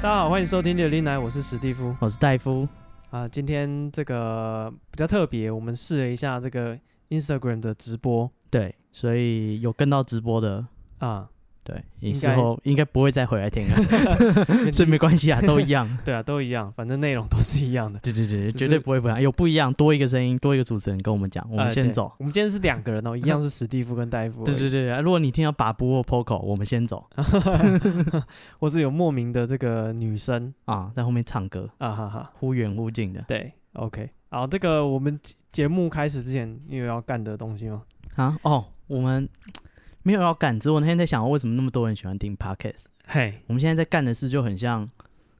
欢迎收听《柳林来》，我是史蒂夫我是戴夫。啊。今天这个比较特别，我们试了一下这个 Instagram 的直播对，所以有跟到直播的， 啊，对，你应事该后应该不会再回来听 了，跟所以没关系啊，都一样。对啊，都一样，反正内容都是一样的。 对对对，只绝是对不会不一样，有不一样，多一个声音，多一个主持人跟我们讲，我们呃先对走。我们今天是两个人哦，一样是史蒂夫跟戴夫而已。啊对对对，对如果你听到把布或 Poco，我们先走 或者有莫名的这个女生啊，在后面唱歌，啊哈哈，忽远忽近的对，OK，好，这个我们节节目开始之前，你有要干的东西吗？啊。哦，我们没有要干，只是我那天在想，为什么那么多人喜欢听 Podcast？嘿，我们现在在干的事就很像，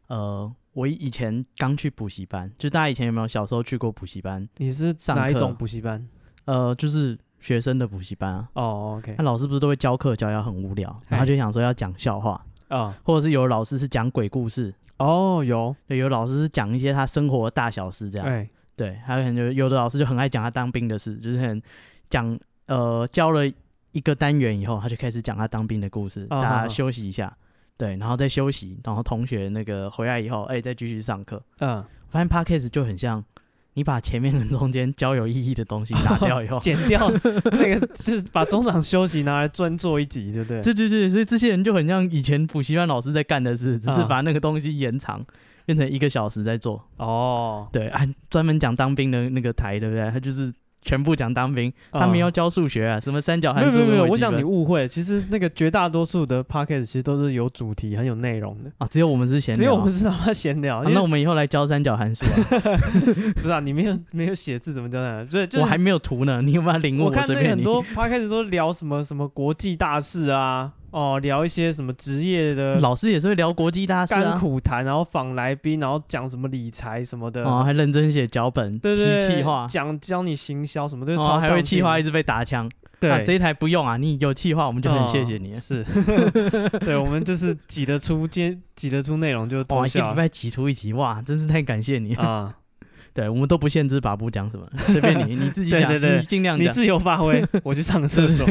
呃，我以前刚去补习班，就大家以前有没有小时候去过补习班？你是上哪一课种补习班？呃，就是学生的补习班啊。哦，OK，那老师不是都会教课教要很无聊，然后就想说要讲笑话，啊，或者是有老师是讲鬼故事，哦，有，对，有老师是讲一些他生活的大小事这样。哎，对，还有很多有的老师就很爱讲他当兵的事，就是很讲呃教了一个单元以后，他就开始讲他当兵的故事，啊大啊啊家休息一下，对，然后再休息，然后同学那个回来以后，哎、再继续上课。嗯，，我发现 podcast 就很像你把前面跟中间较有意义的东西打掉以后 剪 掉那个，就是把中场休息拿来专做一集，对不对？对对对，所以这些人就很像以前补习班老师在干的事，只是啊把那个东西延长，变成一个小时在做。哦，对，啊，专门讲当兵的那个台，对不对？他就是全部讲当兵，他嗯没有教数学啊，什么三角没函有数没有没有，微我积分想你误会，其实那个绝大多数的 podcast 其实都是有主题、很有内容的，啊，只有我们是闲只聊有啊，我们是他妈闲聊，啊因那我为们以后来教三角函数啊，不是啊，你没有没有写字怎么交代？对， 就是我还没有图呢，你有没有领悟？我我看随那个便很你。多 podcast 都聊什么什么国际大事啊，哦，聊一些什么职业的老师也是会聊国际大事甘啊，苦谈，然后访来宾，然后讲什么理财什么的，哦，还认真写脚本，对对提对，企划，讲教你行销什么，都是哦，超还会上企进划的一直被打枪。对，啊，这一台不用啊，你有企划我们就很谢谢你哦。 是，对我们就是挤得出接挤得出内容就哇，多一个笑礼拜挤出一集，哇，真是太感谢你！啊， 对我们都不限制把布讲什么， 随便你，你自己讲，对对对你尽量你讲。自由发 挥，我去上个厕所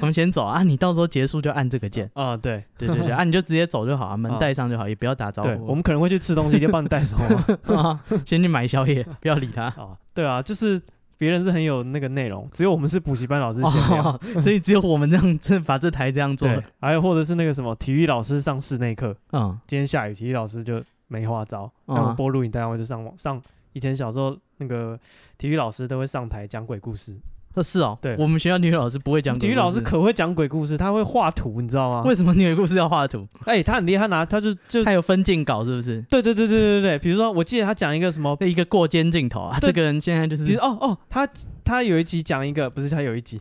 我们先走啊，你到时候结束就按这个键。啊，对对对对，啊，你就直接走就好 啊，门啊带上就好，也不要打招对，我呼。们可能会去吃东西，就帮你带什 么啊先去买宵夜， 不要理他。啊，对啊，就是别人是很有那个内容，只有我们 是补习班老师闲聊。哦， 所以只有我们这样这把这台这样做对，还有或者是那个什么体育老师上室内课，嗯，今天下雨，体育老师就没花招，嗯那我播录影带，我就上网上。以前小时候那个体育老师都会上台讲鬼故事，那是哦。对我们学校女老师不会讲鬼故事。体育老师可会讲鬼故事，他会画图，你知道吗？ 为什么女鬼故事要 画图？哎、他很厉害，他拿他就就她有分镜稿是不是？对对对对对对，比如说我记得他讲一个什么，那一个过肩镜头啊，对这个人现在就比是如哦哦，他他有一集讲一个，不是他有一集，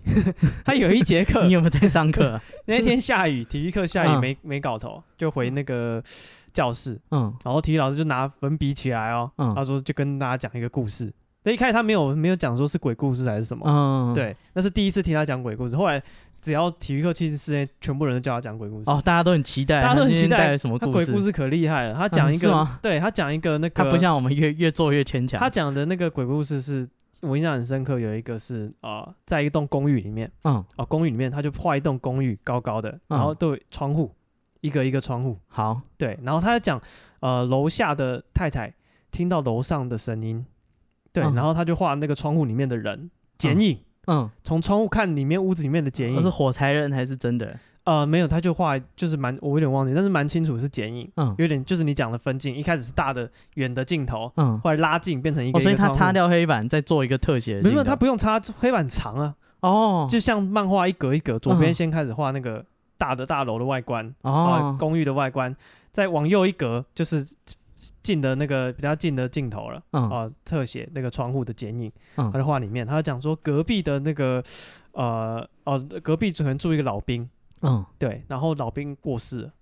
他有一节课你，有没有在上课啊？那天下雨，体育课下雨嗯没、没搞头，就回那个教室，嗯然后体育老师就拿粉笔起来哦，嗯他说就跟大家讲一个故事，那一开始他没有没有讲说是鬼故事还是什么，嗯，。对，那是第一次听他讲鬼故事，后来只要体育课其实是全部人都叫他讲鬼故事。哦，大家都很期待，大家都很他今天期待带来什么他哦故鬼事？啊故事可厉害了，他讲一嗯是个，吗对他讲一个那个，他不像我们越越做越牵强。他讲的那个鬼故事是我印象很深刻，有一个是啊、呃在一栋公寓里面嗯，哦、公寓里面他就画一栋公寓高高的，啊然后都有窗户，一个一个窗户，好，对，然后他在讲呃楼下的太太听到楼上的声音，对，嗯然后他就画那个窗户里面的人剪影，嗯，从窗户看里面屋子里面的剪哦我是影，火柴人还是真的？呃没有，他就画就是蛮我有点忘记，但是蛮清楚是剪影，嗯有点就是你讲的分镜，一开始是大的远的镜头，嗯，后来拉近变成一个哦，一个所以窗户、他擦掉黑板，再做一个特写的没镜头。有，他不用擦黑板长啊，哦，就像漫画一格一格，左边嗯先开始画那个大的大楼的外观，啊哦，公寓的外观，再往右一格就是近的那个比较近的镜头了，嗯啊，特写那个窗户的剪影，他嗯就画里面，他就讲说隔壁的那个，呃，哦，隔壁可能住一个老兵，嗯对，然后老兵过世了，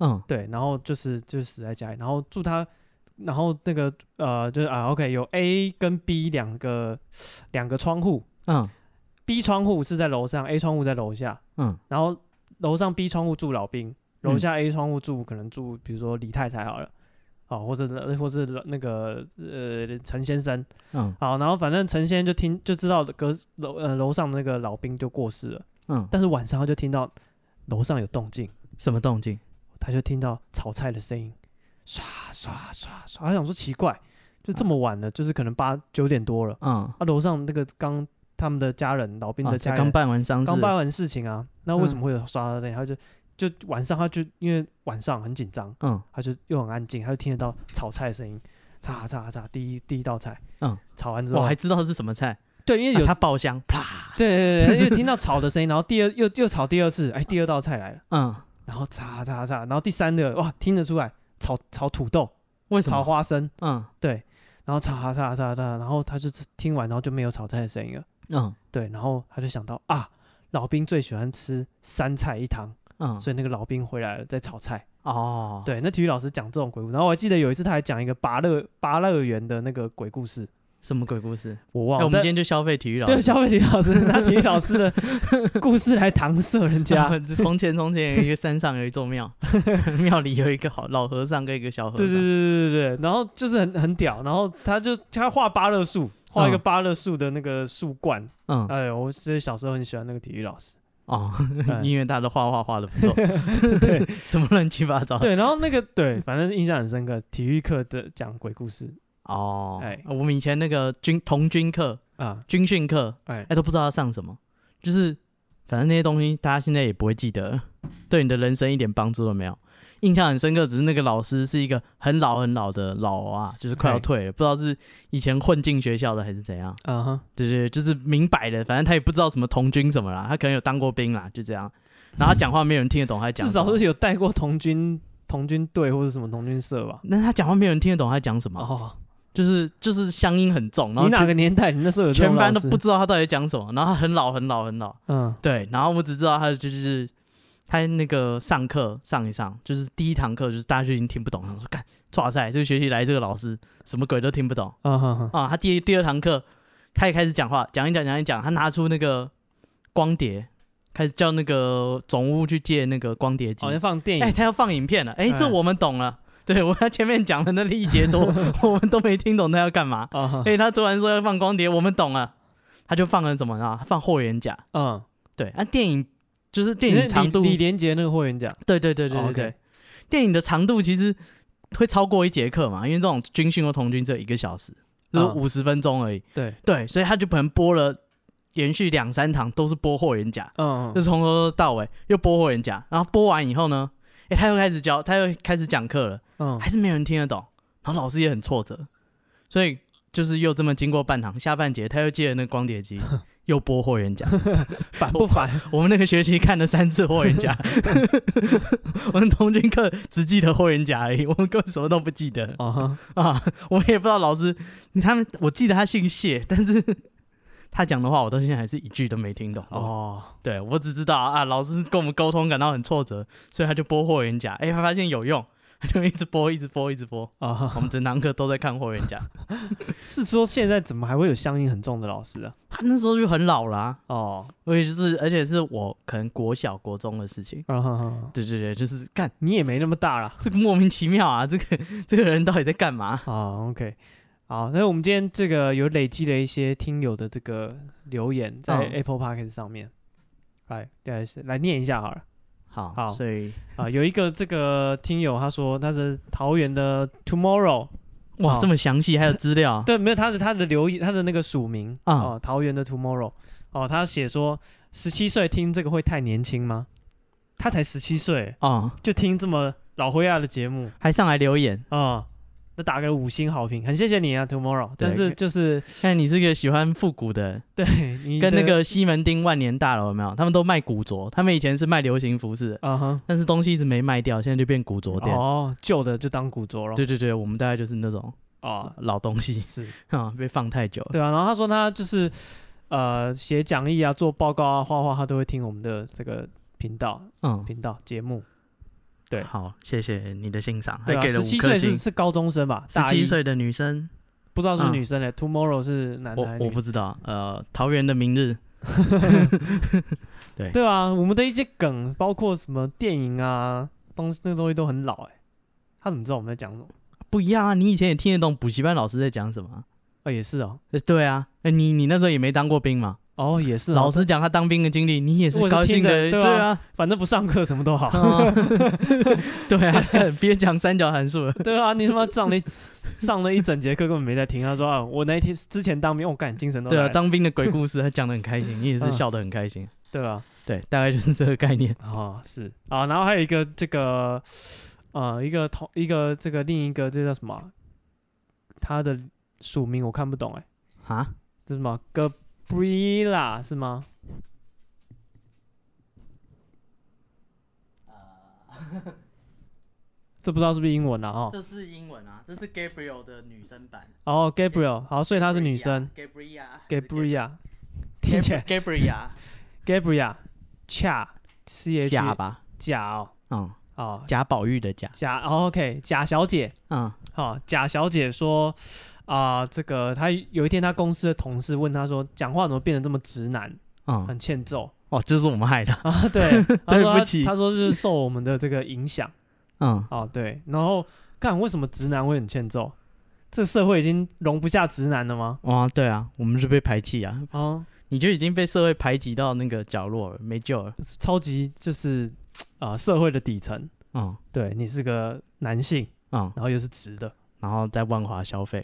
嗯，对，然后就是就是死在家里，然后住他。然后那个呃，就是啊，OK，有 A 跟 B 两个两个窗户，嗯 B 窗户是在楼上，A 窗户在楼下，嗯然后楼上 B 窗户住老兵，楼下 A 窗户住可能住比如说李太太好了，哦，或者或是那个呃陈先生，嗯好，然后反正陈先生就听就知道隔楼呃楼上那个老兵就过世了，嗯，但是晚上他就听到楼上有动静，什么动静？他就听到炒菜的声音，刷刷刷刷，他想说奇怪，就这么晚了，就是可能八九点多了，嗯，啊，楼上那个刚他们的家人，老兵啊的才家刚人办完丧事，嗯刚办完事情啊，那为什么会有刷到这里？他就就晚上他就因为晚上很紧张，嗯他就又很安静，他就听得到炒菜的声音，嚓嚓嚓，第一第一道菜，嗯，炒完之后我还知道是什么菜，对，因为啊有他时、爆香，啪，对对对，因为听到炒的声音，然后第二又又炒第二次，哎，第二道菜来了，嗯，然后嚓嚓嚓，然后第三个哇听得出来炒炒土豆，为什炒么？花生，嗯对，然后炒啊炒啊炒啊炒啊，然后他就听完，然后就没有炒菜的声音了，嗯对，然后他就想到啊，老兵最喜欢吃三菜一汤，嗯，所以那个老兵回来了在炒菜。哦，，对，那体育老师讲这种鬼故事，然后我还记得有一次他还讲一个拔乐拔乐园的那个鬼故事，什么鬼故事？我哎，忘了。我们但今天就消费体育老师，对消费体育老师拿体育老师的故事来搪塞人家，啊从前从前有一个山上有一座庙， 庙里有一个好老和尚跟一个小和对尚。对对对对对，然后就是很很屌，然后他就他画芭乐树，画一个嗯芭乐树的那个树冠，嗯哎，我是小时候很喜欢那个体育老 师，哦，哎因为他的画画画的 不错，对， 什么乱七八糟。对，然后那个对，反正印象很深刻，体育课的讲鬼故事哦，哎我们以前那个军童军课、啊，军训课，哎哎，都不知道要上什么，就是反正那些东西大家现在也不会记得，对你的人生一点帮助都没有。印象很深刻，只是那个老师是一个很老很老的老啊，就是快要哎退了，不知道是以前混进学校的还是怎样。啊哈，对对，对就是明摆的，反正他也不知道什么童军什么啦，他可能有当过兵啦，就这样。然后他讲话没有人听得懂他在讲至什么，少是有带过童军童军队或者什么童军社吧。那他讲话没有人听得懂他在讲什么，哦，就是就是乡音很嗯重，然后你哪全个年代？你那时候有这种全班老都师不知道他到底讲什么，然后他很老很老很老，嗯对，然后我只知道他就是他那个上课上一上，就是第一堂课就是大家就已经听不懂，我说干，哇塞，这个学期来这个老师什么鬼都听不懂，啊哈哈啊，他第一第二堂课，他也开始讲话，讲一讲讲一讲，他拿出那个光碟，开始叫那个总务去借那个光碟机。好哎、像哦放电影，他要放影片了，哎、这哎我们懂了。对我他前面讲的那一 节多，我们都没听懂他要干嘛。啊哈哎、他突然说要放光碟，我们懂了，他就放了什么呢？放霍元甲。嗯，对，啊，电影就是电你影是长度，李对李连杰那个霍元甲，对对对对对哦，OK 电影的长度其实会超过一节课嘛，因为这种军训或童军只有一个小时，就是嗯五十分钟而已。对，对，所以他就可能播了连续两三堂都是播霍元甲，嗯，就从头到尾又播霍元甲，然后播完以后呢，诶，他又开始教，他又开始讲课了，嗯还是没有人听得懂，然后老师也很挫折，所以就是又这么经过半堂，下半节他又借了那个光 碟机。又播霍元甲，烦不烦？ 我们那个学期看了三次霍元甲， 我们童军课只记得霍元甲而已，我们根本什么都不记得。啊哈，啊，我也不知道老师，你他们我记得他姓谢，但是 他讲的话我到现在还是一句都没听懂。哦，哦，对我只知道啊，老师跟我们沟通感到很挫折，所以他就播霍元甲，哎、他发现有用，他就一直播，一直播，一直播。啊我哈，们整堂课都在看霍元甲，是说现在怎么还会有乡音很重的老师啊？他那时候就很老啦、哦，而且就是而且是我可能国小国中的事情。啊哈哈，对对对，就是干你也没那么大啦。 这个莫名其妙啊，这个这个人到底在干嘛？ 啊，OK。好，那我们今天这个有累积了一些听友的这个留言在嗯 Apple Podcast 上面，来，来来念一下好了。好，好所以 啊，有一个这个听友他说他是桃园的 Tomorrow，哇哦这么详细，还有资料，对，没有他的他的留言他的那个署名啊哦，桃园的 Tomorrow 哦，他写说十七岁听这个会太年轻吗？他才十七岁哦，就听这么老灰亚的节目还上来留言。啊，那、打个五星好评，很谢谢你啊 Tomorrow，但对是就是看你是个喜欢复古的，对 你跟那的个西门町万年大楼有没有？他们都卖古着，他们以前是卖流行服饰的，啊哈。但是东西一直没卖掉，现在就变古着店。哦，旧的就当古着了。对对对，我们大概就是那种哦，老东西 是，啊，被放太久了。对啊。然后他说他就是呃写讲义啊、做报告啊、画画，他都会听我们的这个频道嗯，频道节目。对好，谢谢你的欣赏，还对啊，给了十五七颗岁星是。是高中生吧？十大七一岁的女生，不知道是不是嗯女生嘞。Tomorrow 是男的还我是我女不？知道。呃，桃园的明日，对啊，我们的一些梗，包括什么电影啊东西，那东西都很老哎、他怎么知道我们在讲什么？不一样啊！你以前也听得懂补习班老师在讲什么啊？ 啊，也是哦。呃对啊，呃你你那时候也没当过兵嘛？哦，也是哦老师，讲他当兵的经历，你也我是是高兴听的对哦对啊，反正不上课什么 都好。 啊对啊， 干别讲三角函 数了。对啊，你他妈上了一上了一整节课，根本没在听。他说啊，我那一天之前当兵，我哦干精神都对啊，来了当兵的鬼故事他讲的很开心，你也是嗯笑得很开心。对吧？对，大概就是这个概念。 哦，是啊，然后还有一个这个呃，一个同一个这个另一个这叫什么啊？他的署名我看不懂哎、啊，这是什么 Gabriela 是吗？这不知道是不是英文啊？哦，这是英文啊，这是 Gabriel 的女生版。哦，Gabriel，好，所以她是女生。 ，Gabriel Gabriela，听起来 Gabriel Gabriela，恰 C H 假吧？贾哦，嗯，哦，贾宝玉的贾。贾、哦、OK，贾小姐，嗯，好、贾小姐说，啊、这个她有一天她公司的同事问她说，讲话怎么变得这么直男，嗯，很欠 揍哦，就是我们害的。啊？对，她说对她不起她说就是受我们的这个影响嗯，哦，对，然后看为什么直男会很欠揍？这社会已经容不下直男了吗？哦，对啊，我们是被排挤啊，啊、你就已经被社会排挤到那个角落了，没救了。超级就是啊、社会的底层，嗯对你是个男性，嗯，然后又是直的，然后在万华消费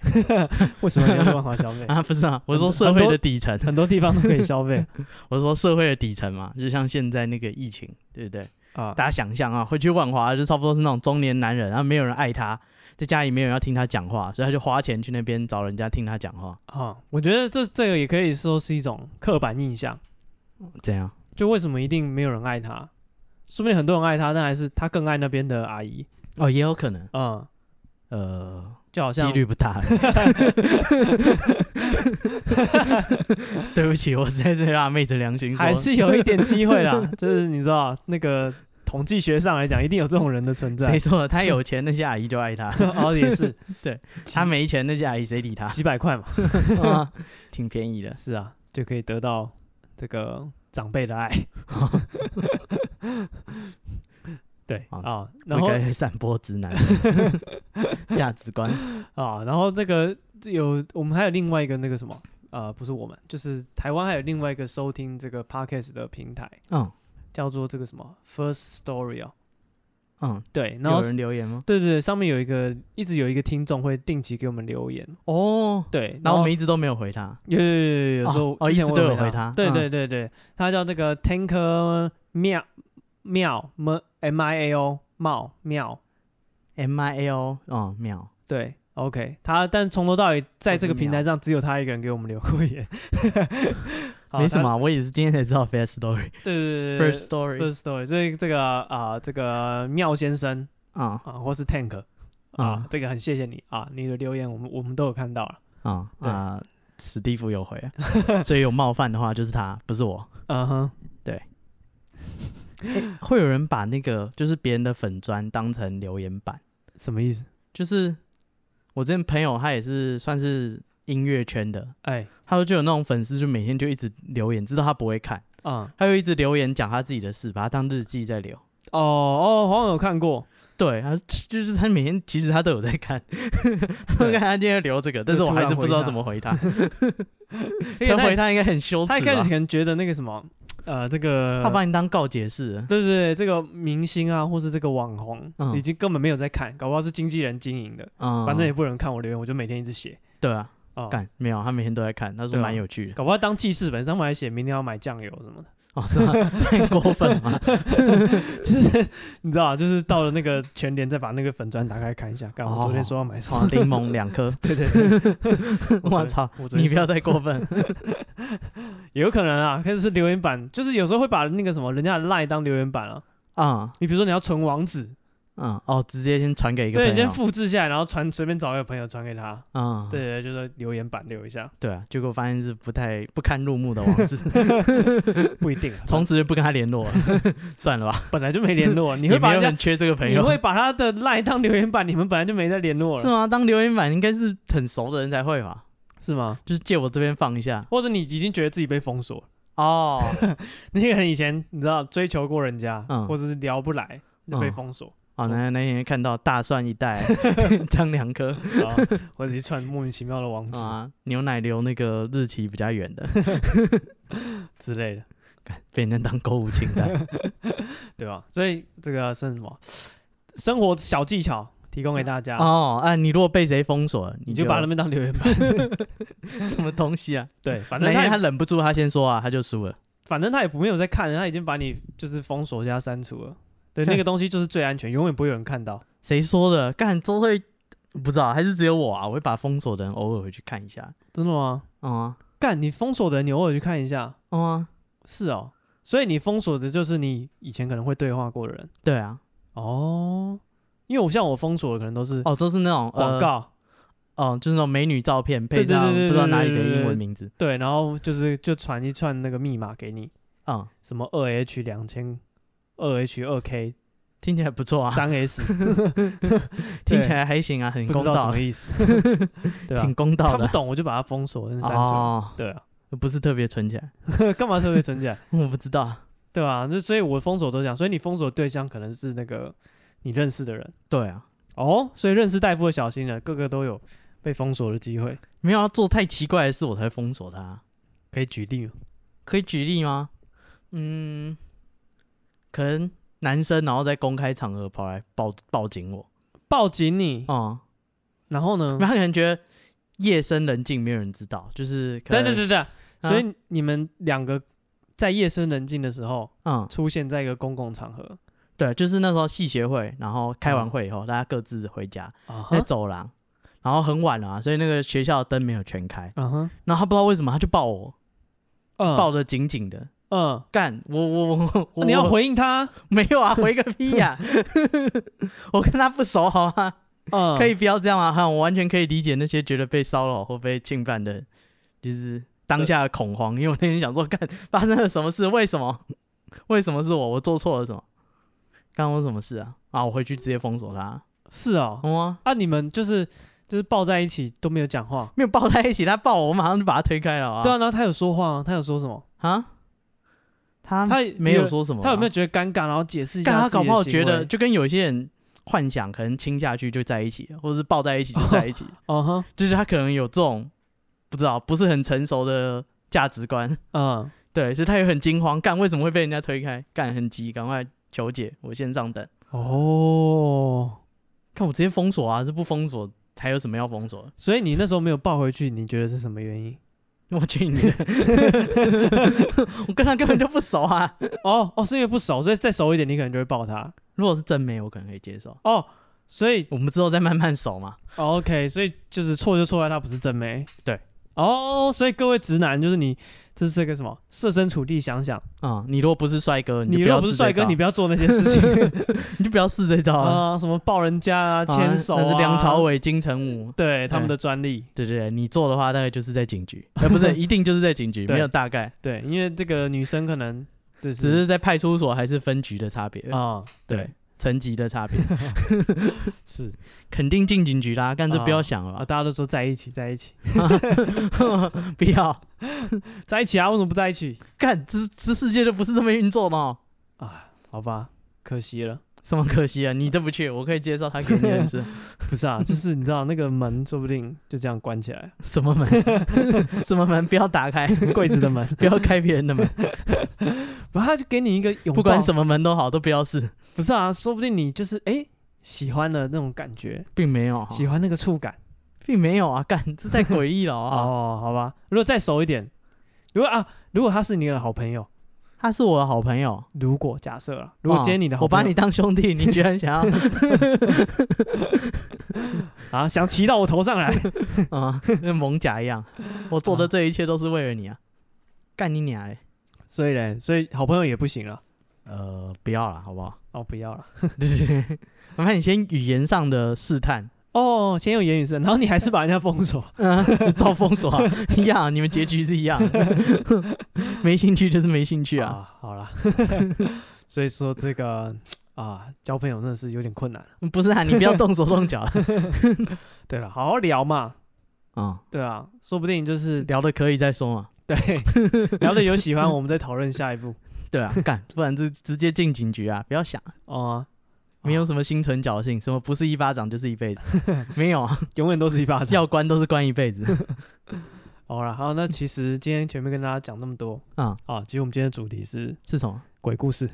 为什么你要去万华消费？啊，不是啊，我很说多社很会多的底层，很多地方都可以消费我说社会的底层嘛，就像现在那个疫情，对不对？啊，大家想象 啊，会去万华就差不多是那种中年男人，然后没有人爱他，在家里没有人要听他讲话，所以他就花钱去那边找人家听他讲话，啊、我觉得这这个也可以说是一种刻板印象，这样就为什么一定没有人爱他？说不定很多人爱他，但还是他更爱那边的阿姨。哦，也有可能，嗯，呃，就好几像 率不大。对不起，我实在是让昧着良心说，还是有一点机会啦。 就是你知道，那个统计学上来讲，一定有这种人的存谁在。说的他有钱，那些阿姨就爱他； 哦，也是他没钱，那些阿姨谁理他？几百块嘛。啊 挺便宜的。是啊，就可以得到这个长辈 的爱。对好啊，这然后个散播直男 的价值观，啊，然后这个这有我们还有另外一个那个什么，呃，不是我们，就是台湾还有另外一个收听这个 podcast 的平台，嗯叫做这个什么 First Story 哦，嗯，对，然后有人留言吗？对对对，上面有一个一直有一个听众会定期给我们留言，哦，对，然后我后们一直都没有回他，有有有有有哦时候哦之前一直我都有有回他他，对嗯对对对，他叫这个 Tanker 妙妙 M M I A O 茂妙， M I L 哦秒，对，OK，他但从头到尾在这个平台上只有他一个人给我们留过言，好没什么他啊，我也是今天才知道 First Story 对对对对 First Story First Story，所以这个啊、这个妙先生啊啊、或是 Tank 啊、啊这个很谢谢你啊，你的留言我们我们都有看到了，啊对啊！史蒂夫有回啊， 所以有冒犯的话就是他，不是我。嗯哼，会有人把那个就是别人的粉砖当成留言板，什么意思？就是我之前朋友他也是算是音乐圈的，哎，他说就有那种粉丝就每天就一直留言，知道他不会看，嗯，他就一直留言讲他自己的事，把它当日记在留。哦哦，好像有看过，对，他就是他每天其实他都有在看， 我看他今天留这个，但是我还是不知道怎么回 他。而且他他回他应该很羞耻他吧，一开始可能觉得那个什么，呃，这个他啊把你当告解式 了，对对对，这个明星啊，或是这个网红，嗯已经根本没有在看，搞不好是经纪人经营的，嗯，反正也不能看我留言，我就每天一直写对啊，哦，干没有，他每天都在看，他说对啊蛮有趣的。搞不好当记事本，他们还写明天要买酱油什么的，哦，是吗？ 太过分了吗？就是你知道啊，就是到了那个全联再把那个粉砖打开看一下，干我昨哦天说要买什哇么，柠檬两颗， 对对对，我昨 我操我！昨天你不要说再 过分，有可能啊，可是留言板，就是有时候会把那个什么人家的赖当留言板啊，啊你比如说你要存网址，嗯哦，直接先传给一个对，你朋先友，复制下来，然后传随便找一个朋友传给他，嗯，对对，对就说留言板留一下，对啊，结果发现是不太不堪入目的网 址，不一定啊，从此就不跟他联 络了，算了吧，本来就没联 络，啊你你会把人家很缺这个朋你友， 会把他的赖当留言板，你们本来就没在联络了，是吗？当留言板应该是很熟的人才会吧，是吗？就是借我这边放一下或者你已经觉得自己被封锁了，哦，那个人以前你知道追求过人家，嗯或者是聊不来就被封锁， 哦，那那天看到大蒜 一袋，姜两颗啊，或者一串莫名其妙的网址嗯 啊，牛奶流那个日期比较远的，之类的，干被人家当购物清 单。对吧？所以这个算什么？生活小技巧提供给大家，哦，啊，你如果被谁封锁了，你你就把 那边当留言板。什么东西 啊？对，反哪正天他他也忍不住，他先说啊，他就输了。反正他也不没有在看，他已经把你就是封锁加删除 了。对，那个东西就是最安全，永远不会有人看到。谁说的？干周会不知道，还是只有我啊？我会把封锁的人偶尔回去看一下。真的吗？哦啊，干，你封锁的人，你偶尔去看一下。哦啊，是哦，所以你封锁的就是你以前可能会对话过的人对啊，哦。因为我像我封锁的可能都是哦，都是那种广，告，呃哦，就是那种美女照片配对对上对对对不知道哪里的对对对英文名字。对，然后就是就传一串那个密码给你，嗯，什么二 H 两千、二 H 二 K 听起来不错啊，三 S， 听起来还行啊，很不公知道什道么，意思， 对 吧挺？公道看不的。懂我就把它封锁跟删除，哦，对啊， 不是特别存起来， 干嘛特别存起来？我不知道。对吧？就所以我封锁都这样，所以你封锁对象可能是那个你认识的人对啊，哦，所以认识戴夫的小心人，个个都有被封锁的机会。没有要啊做太奇怪的事，我才会封锁他。啊可以举例吗？可以举例吗？嗯，可能男生然后在公开场合跑来报报警我，报警你，哦、然后呢嗯，？他可能觉得夜深人静没有人知道，就是可等能等等等，啊所以你们两个在夜深人静的时候嗯，出现在一个公共场合对，就是那时候系学会，然后开完会以后，大家各自回家，啊在哈走廊，然后很晚了、啊，所以那个学校的灯没有全开，啊哈，然后他不知道为什么他就抱我，嗯抱得紧紧的。嗯，干我我我我你要我回应他，没 有啊？回个屁呀、 我跟他不熟好吗？嗯，可以不要这样啊！哈，我完全可以理解那些觉得被骚扰或被侵犯的，就是当下的恐慌。因为我那天想说，干发生了什么事？为什么？ 为什么是我？我做错了什么？干我什么事啊？啊，我回去直接封锁他。是哦，哦啊、啊，你们就是就是抱在一起都没有讲话，没有抱在一起，他抱我，我马上就把他推开了啊！对啊，然后他有说话吗？他有说什么？啊，他他没有说什么、他有没有？觉得尴尬，然后解释一干下他自己的行为？搞不好觉得，就跟有些人幻想，可能亲下去就在一起，或者是抱在一起就 在一起。哦哈，就是他可能有这种不知道不是很成熟的价值观，嗯，对，所以他也很惊慌，干为什么会被人家推开？干很急，赶快求解，我线上等。哦，看我直接封锁啊，这不封锁还有什么要封锁的？所以你那时候没有抱回去，你觉得是什么原因？我去你的！ 我跟他根本就不熟啊。哦哦，是因为不熟，所以再熟一点，你可能就会抱他。如果是真没有，我可能可以接受。哦，所以我们之后再慢慢熟嘛。哦 OK，所以就是错就错在他不是正妹。对。哦，所以各位直男，就是你这是个什么？设身处地想想，啊、你如果不是帅哥，你就如不要果不是试这帅哥，招你不要做那些事 情你就不要试这招啊。啊，什么抱人家啊、牵手啊，那是梁朝，伟、金城武，对他们嗯的专利。对对对，你做的话大概就是在警 局，呃，不是，一定就是在警局，对没有大概。对，因为这个女生可能就是只是在派出所还是分局的差别啊，啊，对，层级的 差别，是肯定进警局啦，但是啊不要想了 啊，吧，大家都说在一起，在一起，不要在一起啊，为什么不在一起干，这这世界就不是这么运作的哦，啊？好吧，可惜了。什么可惜啊，你这不去，我可以介绍他给你认 识，不是啊， 就是你知道那个门说不定就这样关起来，什么门， 什么门不要打开，柜子的门， 不要开别人的门，不，他就给你一个拥抱，不管什么，么门都好，都不要试，不是啊，说不定你就是哎、诶喜欢的那种感觉，并没有哈，喜欢那个触感并没有啊，干，这太诡异了哦，哦，好吧，如果再熟一点，如果啊，如果他是你的好朋友，他是我的好朋友。哦如果假设了，如果今天哦你的好我把朋友你当兄弟，你居然想要 啊想骑到我头上来，啊，跟猛甲一样。嗯我做的这一切都是为了你啊，干你娘欸嘞！ 所以嘞，所以好朋友也不行了，呃，不要了，好不好？哦，不要了。对对对，麻烦你先语言上的 试探，哦，先用言语声，然后你还是把人家封锁，嗯、照封锁、啊、一样啊，你们结局是一样的， 没兴趣就是没兴趣啊。啊好啦， 所以说这个啊，交朋友真的是有点困难。不是啊，你不要动手动 脚啊、对了，好好聊嘛，嗯对啊，说不定 就是聊的可以再说嘛。对聊的有喜欢，我们再讨论下一步 对啊，干，不然就直接进警局啊，不要想。哦、没有什么心存侥幸，什么不是一巴掌就是一辈子， 没有啊，永远都是一巴掌。 要关都是关一辈子。 好了，好，那其实今天前面跟大家讲那么多啊、啊，其实我们今天的主题是是什么鬼故事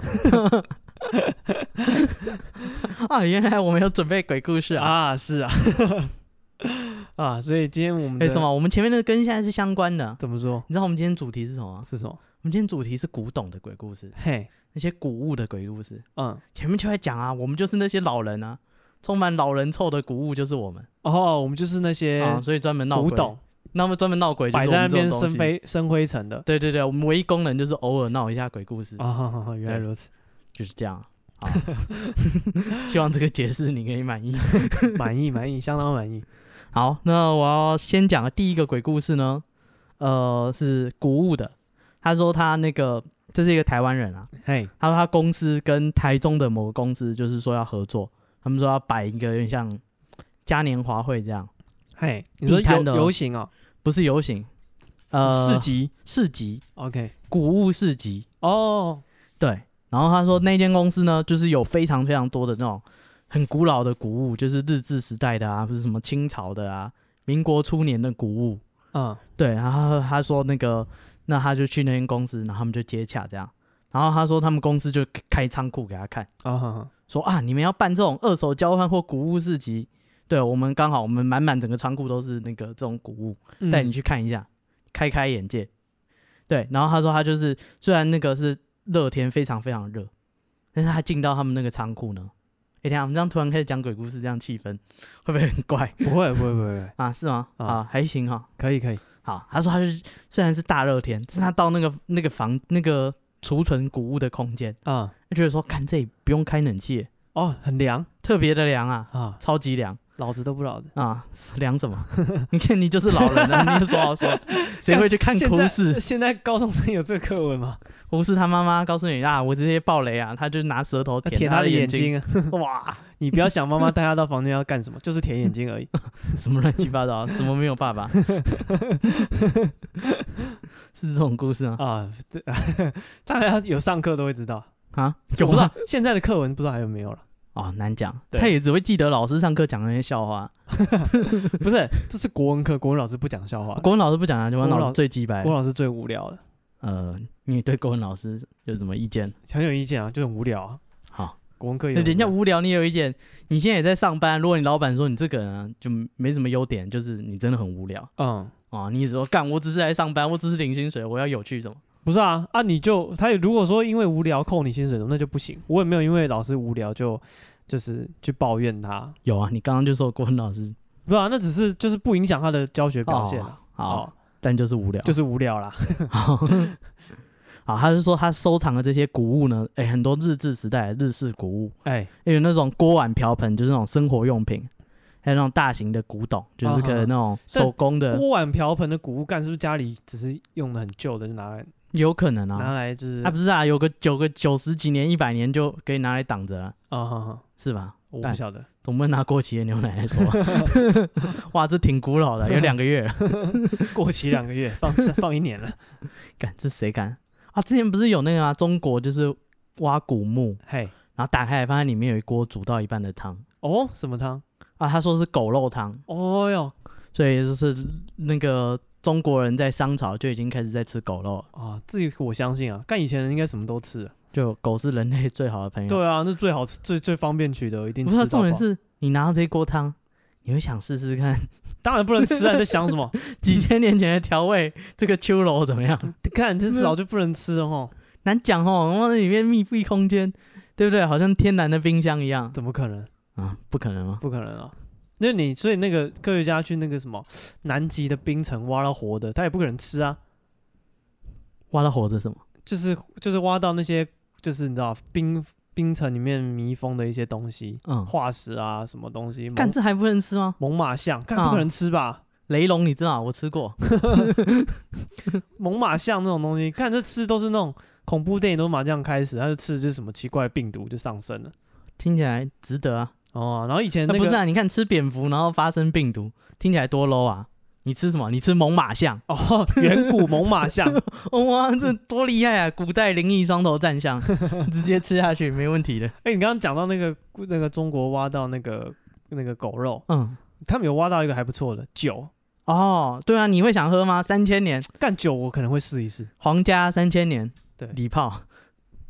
啊？原来我们有准备鬼故事啊？啊，是啊， 啊，所以今天我们哎、的什么？我们前面那个跟现在是相关的。怎么说你知道我们今天主题是什么吗？是什么？我们今天主题是古董的鬼故事，嘿，那些古物的鬼故事。嗯，前面就在讲啊，我们就是那些老人啊，充满老人臭的古物就是我们哦，我们就是那些啊，所以专门闹古鬼董那么专门闹鬼就摆是我在那们这边种生东西。灰生灰尘的对对对，我们唯一功能就是偶尔闹一下鬼故事，啊，哈哈哈原来如此，就是这样。好， 希望这个解释你可以满意。 满意满意，相当满意。好，那我要先讲的第一个鬼故事呢，呃，是古物的。他说他那个这是一个台湾人啊，嘿，他说他公司跟台中的某个公司就是说要合作，他们说要摆一个有点像嘉年华会这样，嘿，你地说游摊的游行哦，不是游行，呃，市集市集，OK，古物市集，哦，对。然后他说那间公司呢，就是有非常非常多的那种很古老的古物，就是日治时代的啊，不是什么清朝的啊，民国初年的古物，嗯，对。然后他说那个，那他就去那间公司，然后他们就接洽这样。然后他说他们公司就开仓库给他看。啊哈哈，说啊，你们要办这种二手交换或古物市集，对我们刚好我们满满整个仓库都是那个这种古物，嗯带你去看一下，开开眼界。对，然后他说他就是虽然那个是热天非常非常热，但是他进到他们那个仓库呢，哎、等一下我们这样突然开始讲鬼故事，这样气氛会不会很怪不会不会不会 不会，啊？是吗？啊啊，还行哈。可以可以，好，他说他是虽然是大热天，但是他到那个那个房那个储存古物的空间，啊，他觉得说看这里不用开冷气耶，哦，很凉特别的凉啊，啊，超级凉。老子都不老子，啊，凉什么？ 你看你就是老人啊了，你有什么好说？谁会去看现胡在适？现在高中生有这个课文 吗？胡适他妈妈告诉你啊，我直接爆雷啊，他就拿舌头呃舔他的眼眼，睛啊！哇，你不要想妈妈带他到房间要干什 么，就是舔眼睛而已。什么乱七八糟，什么没有爸 爸，是这种故事啊？啊， 对大家有上课都会知道，啊，我有不知啊道？现在的课文不知道还有没有了。哦，难讲，对他也只会记得老师上课讲的那些笑话。不是，这是国文课，国文老师不讲笑话的，国文老师不讲啊，国文老师最鸡掰国。文老师最无聊的，呃，你对国文老师有什么意见？很有意见啊，就很无聊啊。好，国文课也那很无人家聊无聊，你也有意见。你现在也在上班，如果你老板说你这个人啊，就没什么优点，就是你真的很无聊嗯，啊。你只说干，我只是来上班，我只是领薪水，我要有趣什么？不是啊，啊你就他如果说因为无聊扣你薪水，那就不行。我也没有因为老师无聊就就是去抱怨他，有啊，你刚刚就说郭文老师不是啊，那只是就是不影响他的教学表现啊哦，好，但就是无聊。 就是是无聊啦。啊，他就说他收藏的这些古物呢，哎，很多日治时代的日式古物，哎，也有那种锅碗瓢盆，就是那种生活用品，还有那种大型的古董，啊就是可能那种手工的，锅碗瓢盆的古物干是不是家里只是用的很旧的，就拿来有可能拿啊。来就是啊，不是啊，有个九个九十几年、一百年就可以拿来挡着了，啊哈哈，是吧？我不干晓得。总不能拿过期的牛奶来 说吧，哇，这挺古老的，有两个月了，过期两个 月，放放一年了。敢这谁敢啊？之前不是有那个啊，中国就是挖古墓，嘿，然后打开来发现里面有一锅煮到一半的汤哦，什么汤？啊，他说是狗肉汤，哦哟，所以就是那个中国人在商朝就已经开始在吃狗肉了，啊，这个我相信啊，干以前人应该什么都吃啊。就狗是人类最好的朋友。，对啊，那最好吃、最最方便取得，一定不吃是到啊饱。重点是你拿到这一锅汤，你会想试试看当然不能吃啊，你在想什 么？几千年前的调味这个秋楼怎么样？看这早就不能吃了吼，难讲哦，往里面密闭空间，对不对？好像天然的冰箱一样怎么可能？啊，不可能吗？不可能啊！那你所以那个科学家去那个什么南极的冰层挖到活的，他也不可能吃啊，挖到活着什么？就是就是挖到那些就是你知道冰冰层里面密封的一些东西，嗯，化石啊什么东西，干猛这还不能吃吗？猛犸象，干不可能吃吧？雷龙你知道我吃过，猛犸象那种东西，看这吃都是那种恐怖电影都是麻将开始，他就吃的就是什么奇怪的病毒就上身了。听起来值得啊。哦，然后以前那那个不是啊，你看吃蝙蝠然后发生病毒，听起来多 low 啊！你吃什么？你吃猛犸象？ 哦，远古猛犸象，哇，这多厉害啊！古代灵异双头战象， 直接吃下去没问题的。哎、你刚刚讲到那个那个中国挖到那个那个狗肉，嗯，他们有挖到一个还不错的酒，哦，对啊，你会想喝吗？三千年干酒我可能会试一试，皇家三千年，对礼炮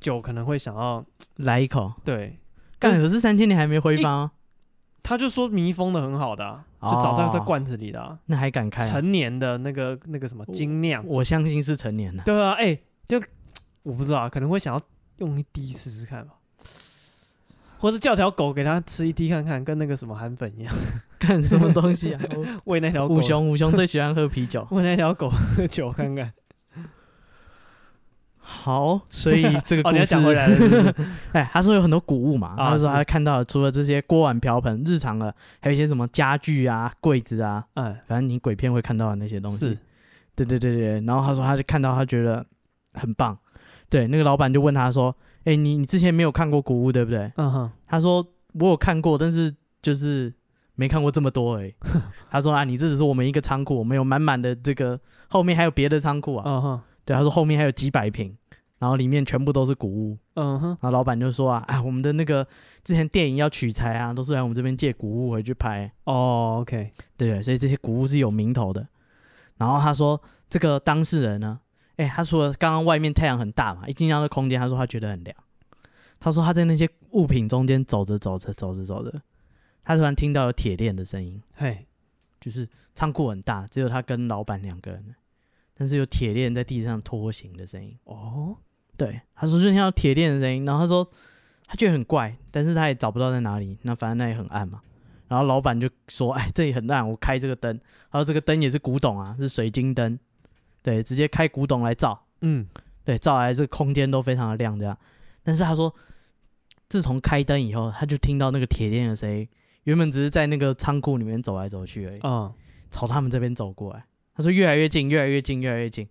酒可能会想要来一口。对，干，可是三千年还没挥发哦，他就说密封的很好的啊、就找到在哦罐子里的、啊那还敢开啊、哦成年的那个那个什么精酿，我相信是成年了。对啊，哎、就我不知道啊，可能会想要用一滴试试看吧。或是叫条狗给它吃一滴看看，跟那个什么韩粉一样， 干什么东 西啊？喂那条狗武雄，武雄最喜欢喝啤酒。喂那条狗喝酒看看。好，所以这个 哦，故你要事，讲回来了是不是， 哎，他说有很多古物嘛，啊他说他是看到的除了这些锅碗瓢盆日常的，还有一些什么家具啊、柜子啊，哎，反正你鬼片会看到的那些东西是。对对对对，然后他说他就看到，他觉得很棒。对，那个老板就问他说：“哎，你你之前没有看过古物对不对嗯哼，？”他说：“我有看过，但是就是没看过这么多而已。”他说：“啊，你这只是我们一个仓库，我们有满满的这个，后面还有别的仓库啊。嗯哼，对，他说后面还有几百平，啊然后里面全部都是古物。嗯哼，然后老板就说啊，哎，我们的那个之前电影要取材啊，都是来我们这边借古物回去拍，哦，OK，对对，所以这些古物是有名头的。然后他说这个当事人呢，哎，他说刚刚外面太阳很大嘛，一进到那空间，他说他觉得很凉。他说他在那些物品中间走着走着走着走着，他突然听到有铁链的声音，嘿，就是仓库很大，只有他跟老板两个人，但是有铁链在地上拖行的声音。哦，对，他说就听到铁链的声音，然后他说他觉得很怪，但是他也找不到在哪里，那反正那也很暗嘛。然后老板就说：“哎，这里很暗，我开这个灯。”他说：“这个灯也是古董啊，是水晶灯，对，直接开古董来照，嗯，对，照来这个空间都非常的亮这样。”但是他说，自从开灯以后，他就听到那个铁链的声音，原本只是在那个仓库里面走来走去而已，嗯，朝他们这边走过来。他说越来越近，越来越近，越来越近。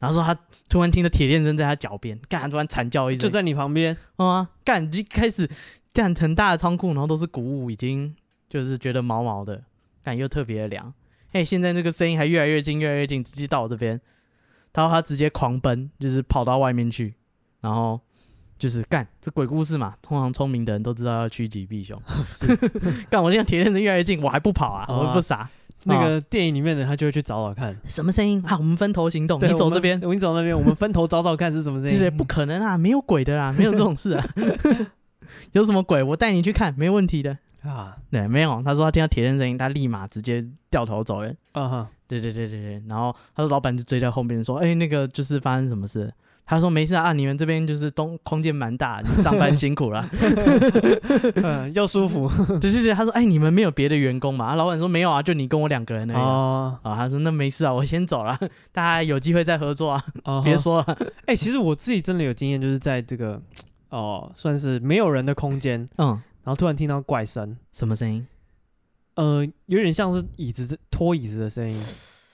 然后说他突然听到铁链声在他脚边，干，他突然惨叫一就声，在你旁边，嗯啊，干，就开始干很大的仓库，然后都是谷物，已经就是觉得毛毛的，干又特别的凉。哎、现在这个声音还越来越近，越来越近，直接到我这边。然后他直接狂奔，就是跑到外面去，然后就是干这鬼故事嘛，通常聪明的人都知道要趋吉 避凶。 干我这样铁链子越来越近，我还不跑啊，哦啊我不傻。那个电影里面的他就会去找找看。什么声音 啊？我们分头行动，对你走我们这边，你走那边，我们分头找找看是什么声对对，音。不可能啊，没有鬼 的啦，没有这种事啊，有什么鬼？我带你去看，没问题的。啊，对，没有，他说他听到铁链声音，他立马直接掉头走人。嗯哼，对对对对对，然后他说老板就追在后面说，哎、那个就是发生什么事了？他说没事啊，你们这边就是东空间蛮大，你上班辛苦 了。嗯，又舒服对对对，他说哎、你们没有别的员工嘛？啊老板说没有啊，就你跟我两个人而已啊。哦，啊，他说那没事啊，我先走了， 大家有机会再合作啊，哦别说了。哎、其实我自己真的有经验，就是在这个哦，算是没有人的空间，嗯，然后突然听到怪声，什么声音？呃，有点像是椅子拖椅子的声音，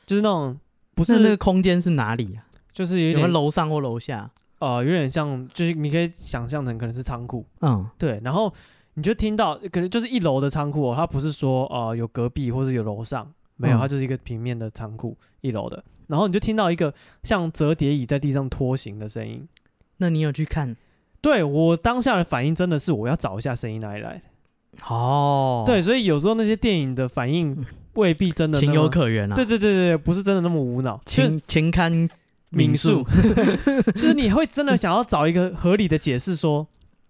就是那种不不是那是个，空间是哪里啊？就是有有没有点楼上或楼下？呃，有点像，就是你可以想象成可能是仓库，嗯，对，然后你就听到可能就是一楼的仓库、哦，它不是说呃有隔壁或者有楼上，没有，嗯它就是一个平面的仓库，一楼的，然后你就听到一个像折叠椅在地上拖行的声音，那你有去看？对我当下的反应真的是我要找一下声音哪里来的。哦，对，，所以有时候那些电影的反 应未必真的那情么有可原啊。对对对对，不是真的那么无脑，就情情堪民民宿 宿，就是你会真的想要找一个合理的解释，说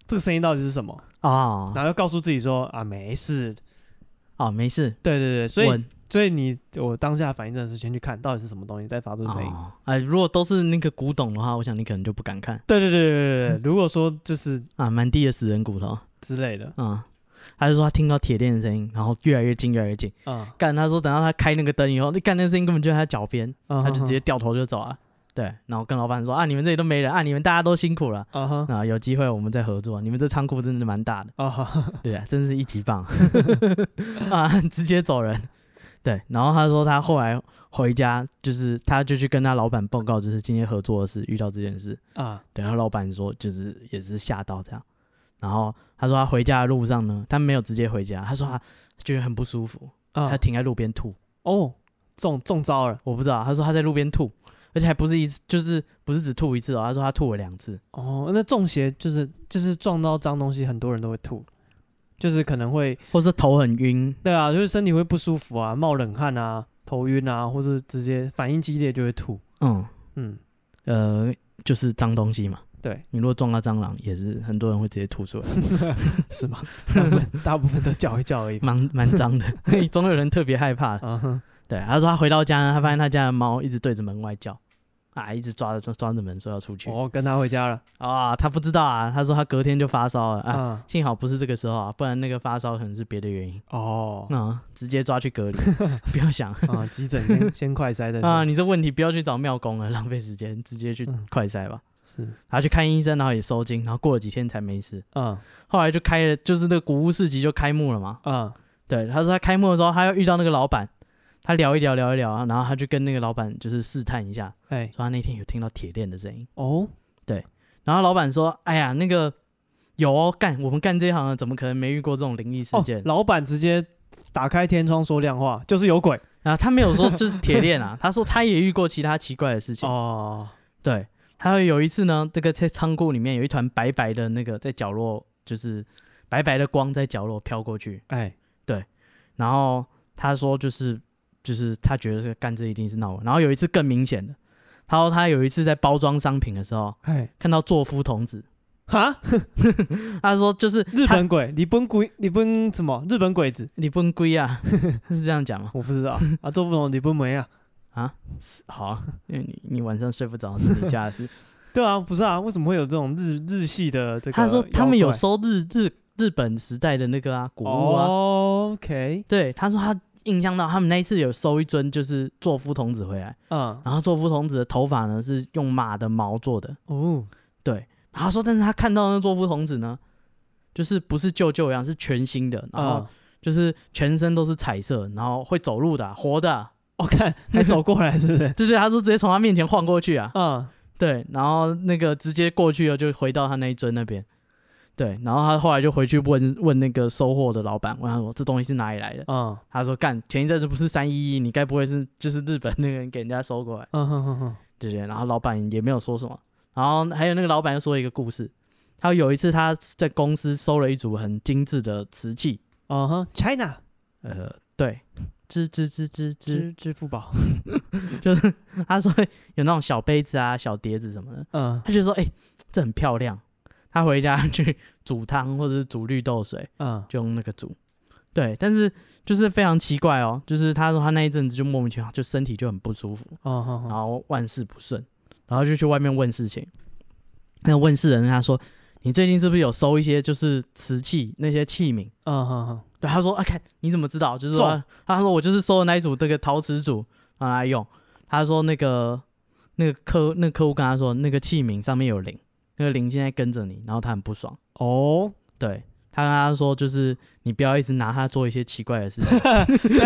这个声音到底是什么， 啊然后又告诉自己说啊没事。啊，没事，对对对，所以稳所以你我当下反应真的是先去看到底是什么东西在发出声音。哦哎，如果都是那个古董的话，我想你可能就不敢看对对对对对对， 如果说就是啊，满地的死人骨头之类的，啊。他就说他听到铁链的声音，然后越来越近，越来越近。啊，干，他说等到他开那个灯以后，那干那声音根本就在他脚边，他他就直接掉头就走啊。对，然后跟老板说啊，你们这里都没人啊，你们大家都辛苦了啊哈啊，有机会我们再合作。你们这仓库真的蛮大的。啊 哈，对啊，真是一级棒啊！直接走人。对，然后他说他后来回家，就是他就去跟他老板报告，就是今天合作的事遇到这件事。啊对，然后老板说就是也是吓到这样。然后他说他回家的路上呢，他没有直接回家，他说他觉得很不舒服，啊他，停在路边吐。哦，中中招了我不知道，他说他在路边吐，而且还不是一次，就是不是只吐一次哦，他说他吐了两次，哦。那中邪就是就是撞到脏东西，很多人都会吐，就是可能会或是头很晕，对啊，就是身体会不舒服啊，冒冷汗啊，头晕啊，或是直接反应激烈就会吐。嗯，嗯，呃，就是脏东西嘛。对，你如果撞到蟑螂，也是很多人会直接吐出来， 是吗？ 大部分大部分都叫一叫而已吧。蛮蛮脏的， 总有人特别害怕的。啊哼，对，他说他回到家呢，他发现他家的猫一直对着门外叫，啊，一直抓着抓抓着门说要出去。我跟他回家了啊，他不知道啊，他说他隔天就发烧了啊，啊。幸好不是这个时候啊，不然那个发烧可能是别的原因。哦，啊，直接抓 去隔离，不要想啊，急诊先先快筛再说。啊，你这问题不要去找庙公了，浪费时间，直接去嗯快筛吧。是，然后去看医生，然后也收金，然后过了几天才没事。嗯后来就开了，就是那个古屋市集就开幕了嘛。嗯对，他说他开幕的时候，他要遇到那个老板，他聊一聊，聊一聊，然后他就跟那个老板就是试探一下，哎，说他那天有听到铁链的声音，哦，然后老板说：“哎呀，那个有哦，干我们干这一行的，怎么可能没遇过这种灵异事哦件？”，老板直接打开天窗说亮话，就是有鬼然后他没有说就是铁 链啊，他说他也遇过其他奇怪的事情。哦。对，还有有一次呢，这个在仓库里面有一团白白的那个在角落，就是白白的光在角落飘过去，哎，然后他说就是就是他觉得这个干这一定是闹鬼。然后有一次更明显的，他说他有一次在包装商品的时候哎，看到作夫童子，哈，他说就是日他本鬼，你本鬼，你本什么？日本鬼子？你不能归啊， 是这样讲吗？我不知道啊，做不懂你本没啊？好啊，因为你你晚上睡不着是你家的事。对啊，不是啊，为什么会有这种日日系的 这个他妖怪？说他们有收日日日本时代的那个啊古物啊，哦 OK，对，他说他印象到他们那一次有收一尊就是作夫童子回来，嗯，然后作夫童子的头发呢是用马的毛做的，哦，然后他说但是他看到那作夫童子呢，就是不是旧旧一样，是全新的，然后嗯，就是全身都是彩色，然后会走路的啊、活的啊、我看还走过来是不是？就是他说直接从他面前晃过去啊，嗯，对，然后那个直接过去了就回到他那一尊那边。对，然后他后来就回去问问那个收货的老板，问他说这东西是哪里来的？嗯，他说：“干，前一阵子不是三一一，你该不会是就是日本那个人给人家收过来，嗯哼哼哼，对不对？”然后老板也没有说什么。然后还有那个老板又说一个故事，他有一次他在公司收了一组很精致的瓷器，嗯哼，China 呃，对，吱吱吱吱吱，支支付宝，就是他说有那种小杯子啊、小碟子什么的，嗯他就说：“哎、这很漂亮。”他回家去煮汤或者是煮绿豆水，嗯，就用那个煮。对，但是就是非常奇怪哦，就是他说他那一阵子就莫名其妙就身体就很不舒服，哦哼哼，然后万事不顺，然后就去外面问事情。那问事人跟他说：“你最近是不是有收一些就是瓷器那些器皿嗯哼哼，？”对，他说：“啊，看你怎么知道？就是中说，他说我就是收了那一组这个陶瓷组拿来用。”他说那个那个客那个客户跟他说，那个器皿上面有灵，那个灵现在跟着你，然后他很不爽。哦， 对他跟他说，就是你不要一直拿它做一些奇怪的事情，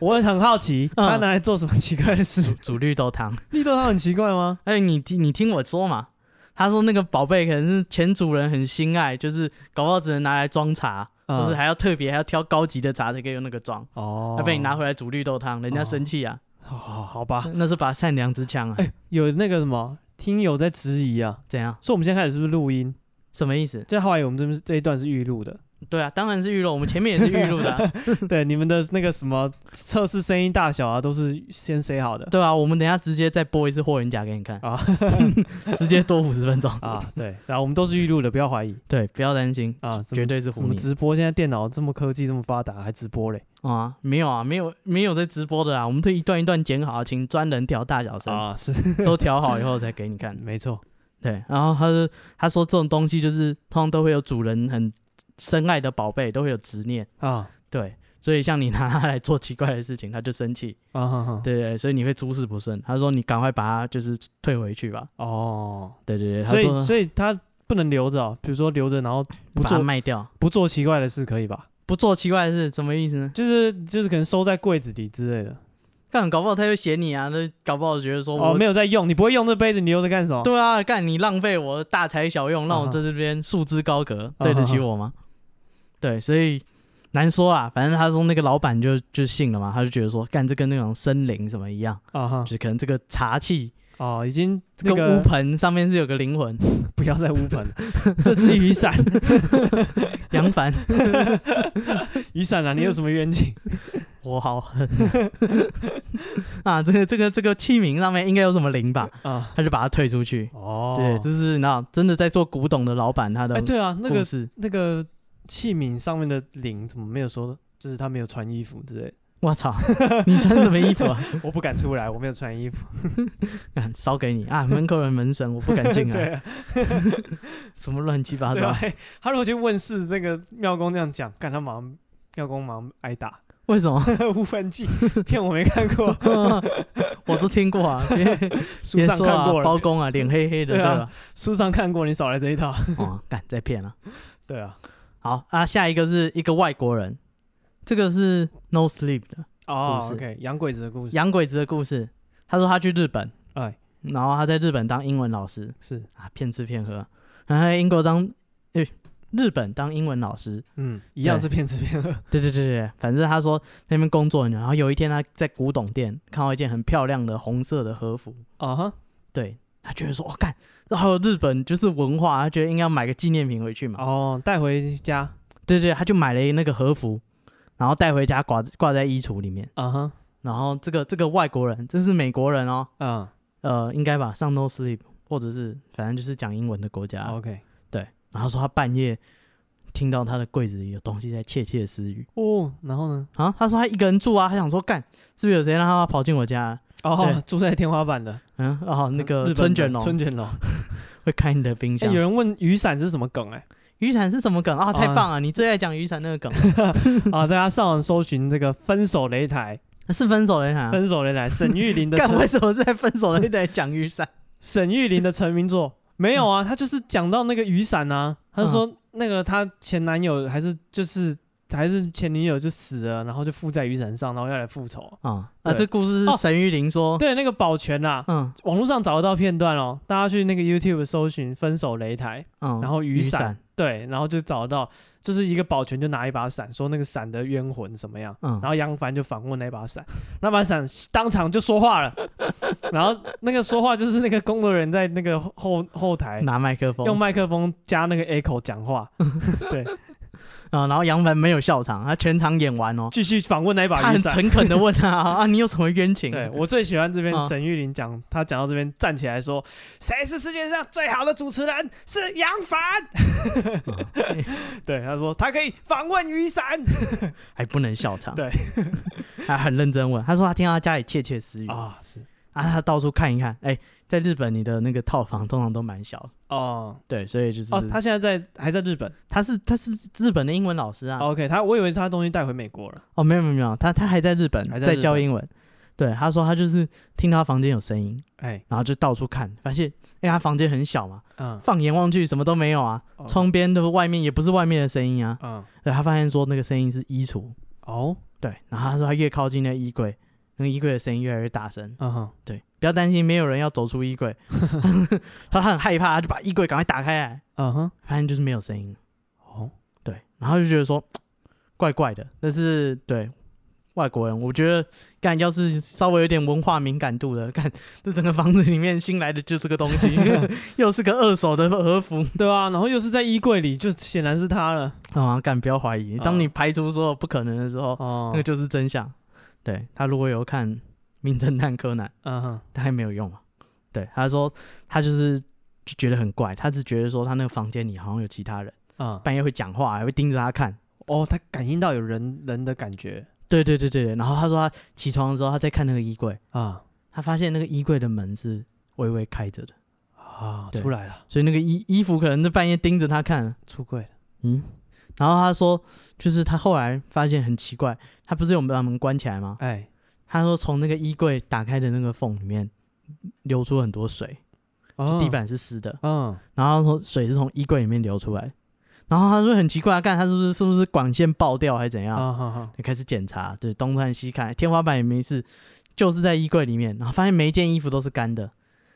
我也很好奇，嗯他拿来做什么奇怪的 事？煮绿豆汤。绿豆汤很奇怪吗？哎，你听你听我说嘛，他说那个宝贝可能是前主人很心爱，就是搞不好只能拿来装茶，嗯或是还要特别还要挑高级的茶才可以用那个装，哦他、被你拿回来煮绿豆汤，人家生气啊，好好好吧，那 是把善良之枪啊，哎、有那个什么听友在质疑啊，怎样？说我们现在开始是不是录音？什么意思？就后来我们这边这一段是预录 的，对啊，当然是预录，我们前面也是预录的啊、 对，你们的那个什么测试声音大小啊，都是先 say 好的对啊，我们等一下直接再播一次霍元甲给你看，啊直接多五十 分钟啊，对，然后我们都是预录的，不要怀疑对，不要担心，啊，什么绝对是什胡么你直播，现在电脑这么科技这么发达，还直播嘞啊，没有啊，没有没有在直播的啦，啊我们都一段一段剪好，啊请专人调大小声，啊，是都调好以后才给你看。没错，对，然后他就他说这种东西就是通常都会有主人很深爱的宝贝，都会有执念，啊对，所以像你拿它来做奇怪的事情，他就生气，啊哈哈，对对，所以你会诸事不顺。他说你赶快把它就是退回去吧，哦，对对对，他所说以所以他不能留着、哦，比如说留着然后不把它做卖掉，不做奇怪的事可以吧？不做奇怪的事，什么意思呢？就是就是可能收在柜子里之类的。干，搞不好他又嫌你啊，那搞不好觉得说我哦，没有在用，你不会用这杯子，你留着干什么？对啊，干你浪费我嗯大材小用，让我在这边束之高阁，对得起我吗？对，所以难说啊，反正他说那个老板就就信了嘛，他就觉得说，干这跟那种森林什么一样，啊哈就，是可能这个茶器哦，已经哦这那个个 乌盆上面是有个灵魂， 不要再乌盆了，这只雨伞， 杨凡，雨伞啊，你有什么冤情？我好狠 啊！这个这个这个器皿上面应该有什么灵吧？啊，他就把它退出去。哦，对，这是你知嗯道，真的在做古董的老板他的哎，对啊，那故个 事。那个器皿上面的领怎么没有说？就是他没有穿衣服之类的，我操，你穿什么衣服啊？我不敢出来，我没有穿衣服。干 烧给你 啊！门口有门神，我不敢进对来。啊，什么乱七八对啊糟？哎 他如果去问世那个庙公那样讲，干他马上庙公马上挨打，为什么？ 乌盆记骗我没看过，我都听 过啊，别书别上说啊看过，了，包公啊，脸黑黑的，对对啊吧？书上看过，你少来这一 套。 哦，干再骗了。对啊，好啊，下一个是一个外国人，这个是 No Sleep 的哦故事，OK，洋鬼子的故事，洋鬼子的故事。他说他去日本，哎，然后他在日本当英文老师是，啊，骗吃骗喝。然后他在英国当，诶、日本当英文老师。嗯，一样是骗吃骗 喝，对对对对，反正他说那边工作很久然后有一天他在古董店看到一件很漂亮的红色的和服，啊哈，对他觉得说，我、哦、干，然后日本就是文化，他觉得应该要买个纪念品回去嘛。哦，带回家，对对，他就买了那个和服，然后带回家挂挂在衣橱里面。啊哈，然后这个这个外国人，这是美国人哦，啊呃，应该吧，上 No Sleep 或者是反正就是讲英文的国家。 ，OK，对，然后说他半夜听到他的柜子里有东西在窃窃私语哦，然后呢？啊，他说他一个人住啊，他想说干，是不是有谁让他跑进我家？啊哦对，住在天花板的嗯，哦，那日个本春的卷龙春卷龙，会开你的冰哎箱。有人问雨伞是什么梗？ 哎，雨伞是什么梗啊？太啊棒了，你最爱讲雨伞那个梗， 啊，大家上网搜寻这个分手擂台，是分手擂台啊。分手擂台，沈玉琳的 干，成为什么是在分手擂台讲雨伞？沈玉琳的成名作 没有啊，她就是讲到那个雨伞啊，她就嗯说那个她前男友还是就是还是前女友就死了，然后就附在雨伞上，然后要来复仇。啊啊！对这故事 是哦沈玉玲说，对，那个保全啦、嗯网络上找得到片段哦，大家去那个 YouTube 搜寻“分手擂台嗯，”，然后雨雨伞，，对，然后就找得到，就是一个保全就拿一把伞，说那个伞的冤魂怎么样，嗯然后杨凡就访问那把伞， 那把伞当场就说话了， 然后那个说话就是那个工作人员在那个后后台哎拿麦克风，用麦克风加那个 echo 讲 话，对，啊，然后杨凡没有笑场，他全场演完哦，继续访问那一他把雨很伞。诚恳的问 他啊，你有什么冤情？对我最喜欢这边啊沈玉琳讲，她讲到这边站起来说：“谁是世界上最好的主持人？是杨凡。 哎”对，她说她可以访问雨伞。嗯还不能笑场，对，还很认真 问，他说他听到他家里窃窃私语啊，啊，是他到处看一看，哎，在日本你的那个套房通常都蛮小的，哦对，所以就是哦，她现在在还在日本。哦他是他是日本的英文老师啊， OK，她我以为她东西带回美国了。哦，没有没有没有，他他还在日本还在在日本教英文，对，他说他就是听到他房间有声音，哎，然后就到处看，发现哎他房间很小嘛，嗯，放眼望去什么都没有啊，哦窗边的外面也不是外面的声音啊，嗯，对，他发现说那个声音是衣橱，哦，对，然后他说他越靠近那衣柜，那个衣柜的声音越来越大声。嗯哼，对，不要担心，没有人要走出衣柜。 他他很害怕，他就把衣柜赶快打开来，嗯哼，发现就是没有声音。哦，对，然后就觉得说怪怪的，但是对外国人，我觉得干要是稍微有点文化敏感度的，干这整个房子里面新来的就这个东西，又是个二手的和服对啊，然后又是在衣柜里，就显然是她了。啊，干不要怀疑，当你排除所有不可能的时候，哦那个，就是真相。对他如果有看《名侦探柯南》。嗯哼，但还没有用嘛。啊对，他说他就是就觉得很怪，他只觉得说他那个房间里好像有其他人，嗯，半夜会讲话，还会盯着他看。哦，她感应到有人人的感觉对对对对对。然后他说他起床的时候，他在看那个衣柜，啊他发现那个衣柜的门是微微开着的，啊，对出来了，所以那个衣衣服可能在半夜盯着他看。出柜了。嗯。然后他说，就是他后来发现很奇怪，他不是有把门关起来吗？哎，他说从那个衣柜打开的那个缝里面流出很多水，哦地，板是湿的。嗯，然后他说水是从衣柜里面流出来，然后他说很奇怪，看他是不是是不是管线爆掉还是怎样，啊哈哈，就开始检查，就是东看西看，天花板也没事，就是在衣柜里面，然后发现每一件衣服都是干的，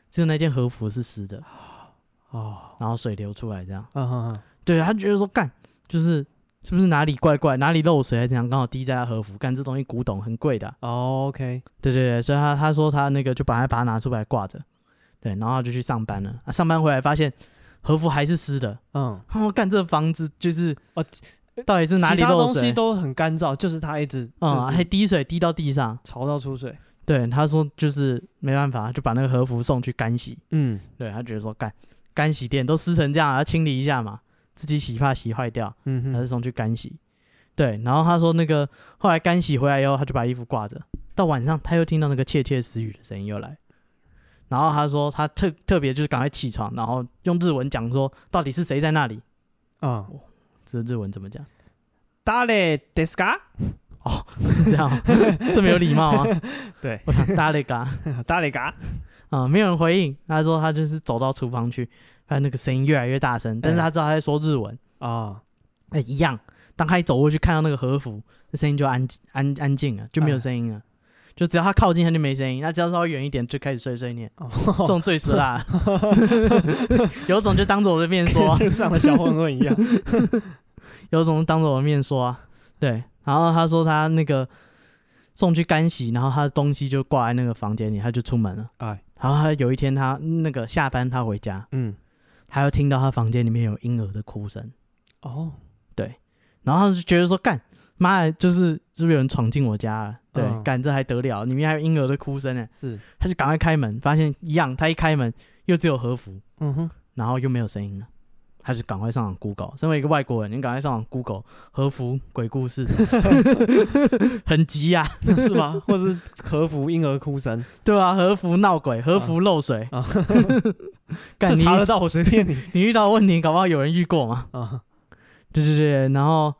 只有那件和服是湿的，哦，然后水流出来这样，啊哈哈，对他觉得说干就是是不是哪里怪怪，哪里漏水还是怎样，刚好滴在他和服。干这东西古董很贵的啊、哦，OK，对对对，所以他他说他那个就把他把它拿出来挂着，对，然后他就去上班了。啊、上班回来发现和服还是湿的，嗯，哦，干这房子就是哦，到底是哪其里他漏东西水？都很干燥，就是它一直啊、啊，还滴水滴到地上。潮到出水，对，他说就是没办法，就把那个和服送去干洗。嗯，对他觉得说干干洗店都湿成这样，要清理一下嘛，自己洗怕洗坏掉，嗯还是哼，送去干洗。对，然后他说那个后来干洗回来以后，他就把衣服挂着，到晚上他又听到那个窃窃私语的声音又来，然后他说他特特别就是赶快起床，然后用日文讲说到底是谁在那里，啊，这日文怎么讲？打嘞 d i s c a 哦，是这样哦， 这么有礼貌吗？ 对，我想搭了一个啊。打嘞嘎，啊、没有人回应。他说他就是走到厨房去，他那个声音越来越大声，但是他知道他在说日文，啊，哎、一样。当他一走过去看到那个和服，那声音就安安安静了，就没有声音了。就只要他靠近，他就没声音；他只要稍微远一点，就开始碎碎念。哦这种最实啦， 有种就当着我的 面说啊、路上的小混混一 样，有种当着我的面说啊。对，然后他说他那个送去干洗，然后他的东西就挂在那个房间里，他就出门了。哎，然后他有一天他那个下班他回家，嗯，还有听到他房间里面有婴儿的哭声，哦，然后他就觉得说干妈的，就是是不是有人闯进我家了？对，嗯干这还得了？里面还有婴儿的哭声呢，是，他就赶快开门，发现一样，他一开门又只有和服，嗯哼，然后又没有声音了。他就赶快上网 Google，身为一个外国人，你赶快上网 Google 和服鬼 故事，很急呀、啊，是吗？或是和服婴儿哭声对吧、和服闹鬼，和服漏水，啊， 干这你查得到我随便你你遇到问题，搞不好有人遇过嘛？ 啊，对对对，然后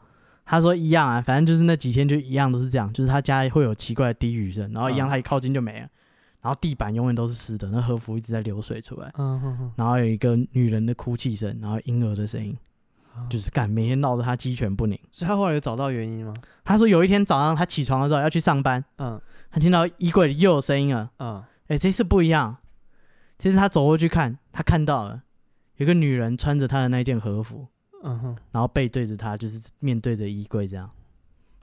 他说一样啊，反正就是那几天就一样都是这样，就是他家会有奇怪的低语声，然后一样嗯他一靠近就没了，然后地板永远都是湿的，那和服一直在流水出来，嗯哼哼然后有一个女人的哭泣声，然后婴儿的声音，啊就是干每天闹得他鸡犬不宁。所以他后来有找到原因吗？他说有一天早上他起床的时候要去上班，嗯他听到衣柜里又有声音了，嗯，哎，这次不一样，这次他走过去看，他看到了有个女人穿着她的那件和服，嗯哼，然后背对着他，就是面对着衣柜这样。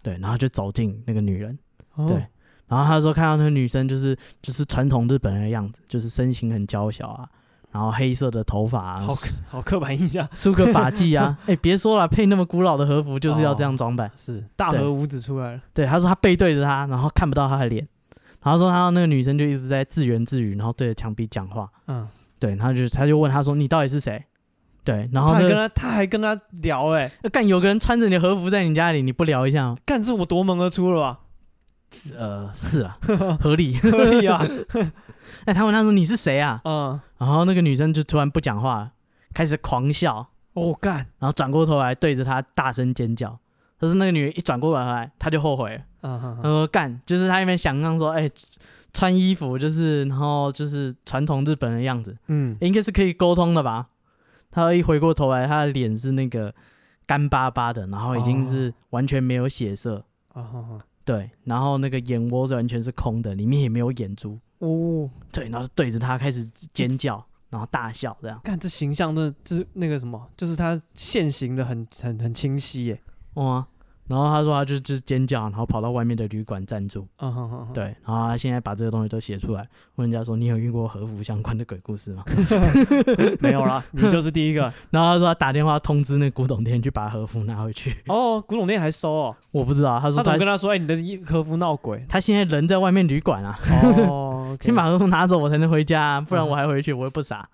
对，然后就走近那个女人，哦对，然后他说看到那个女生就是就是传统日本人的样子，就是身形很娇小啊，然后黑色的头发、啊好，刻好刻板印象梳个发髻 啊，哎、别说了，配那么古老的和服就是要这样装扮。 是大对和五子出来了，对，他说他背对着他，然后看不到他的脸，然后说他那个女生就一直在自言自语，然后对着墙壁讲话。嗯，对，然后就他就问他说你到底是谁？对，然他后还那跟个他他还跟他聊哎，呃干有个人穿着你的和服在你家里，你不聊一下吗？干这我夺门而出了吧？呃，是啊， 合理。可以 啊，哎，他问他说你是谁啊？嗯，然后那个女生就突然不讲话了，开始狂笑，我哦干，然后转过头来对着他大声尖叫。但是那个女人一转过头来，他就后悔了。嗯哼他哼说干，就是他一边想象说，哎、穿衣服就是，然后就是传统日本人的样子，嗯，应该是可以沟通的吧？他一回过头来，他的脸是那个干巴巴的，然后已经是完全没有血色，啊哈哈，对，然后那个眼窝是完全是空的，里面也没有眼珠，哦，对，然后就对着他开始尖叫，然后大笑这样。看这形象真的就是那个什么，就是他现形的很很很清晰欸耶，哇、然后他说他就就是尖叫，然后跑到外面的旅馆暂住。嗯哼哼，对，然后他现在把这个东西都写出来，问人家说你有遇过和服相关的鬼故事吗？哼，没有啦，你就是第一个然后他说他打电话通知那古董店去把和服拿回去。 哦，古董店还收哦， 我不知道，他他说怎他，么跟他说？哎，你的衣和服闹鬼 他现在人在外面旅馆啊，哦，先 把和服拿走我才能回家、啊，不然我还回去我又不傻。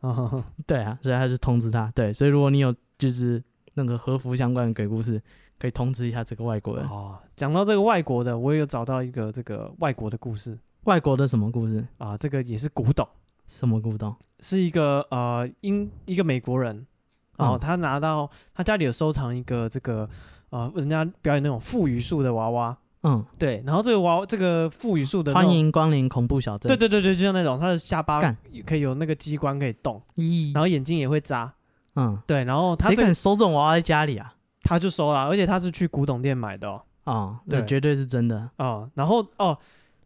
啊哈哈，对啊，所以他是通知他。对，所以如果你有就是那个和服相关的鬼故事，可以通知一下这个外国人。哦，讲到这个外国的，我也有找到一个这个外国的故事外国的什么故事？啊，这个也是古董，什么古董？是一个呃英一个美国人，哦，嗯他拿到他家里有收藏一个这个呃人家表演那种腹语术的娃娃，嗯，对，然后这个娃这个腹语术的那欢种，迎光临恐怖小镇。对对对对，就像那种他的下巴干可以有那个机关可以动，咦，然后眼睛也会眨，嗯，对，然后他谁这个敢收这种娃娃在家里啊？他就收了，而且他是去古董店买的哦，啊，对，对绝对是真的。哦然后哦，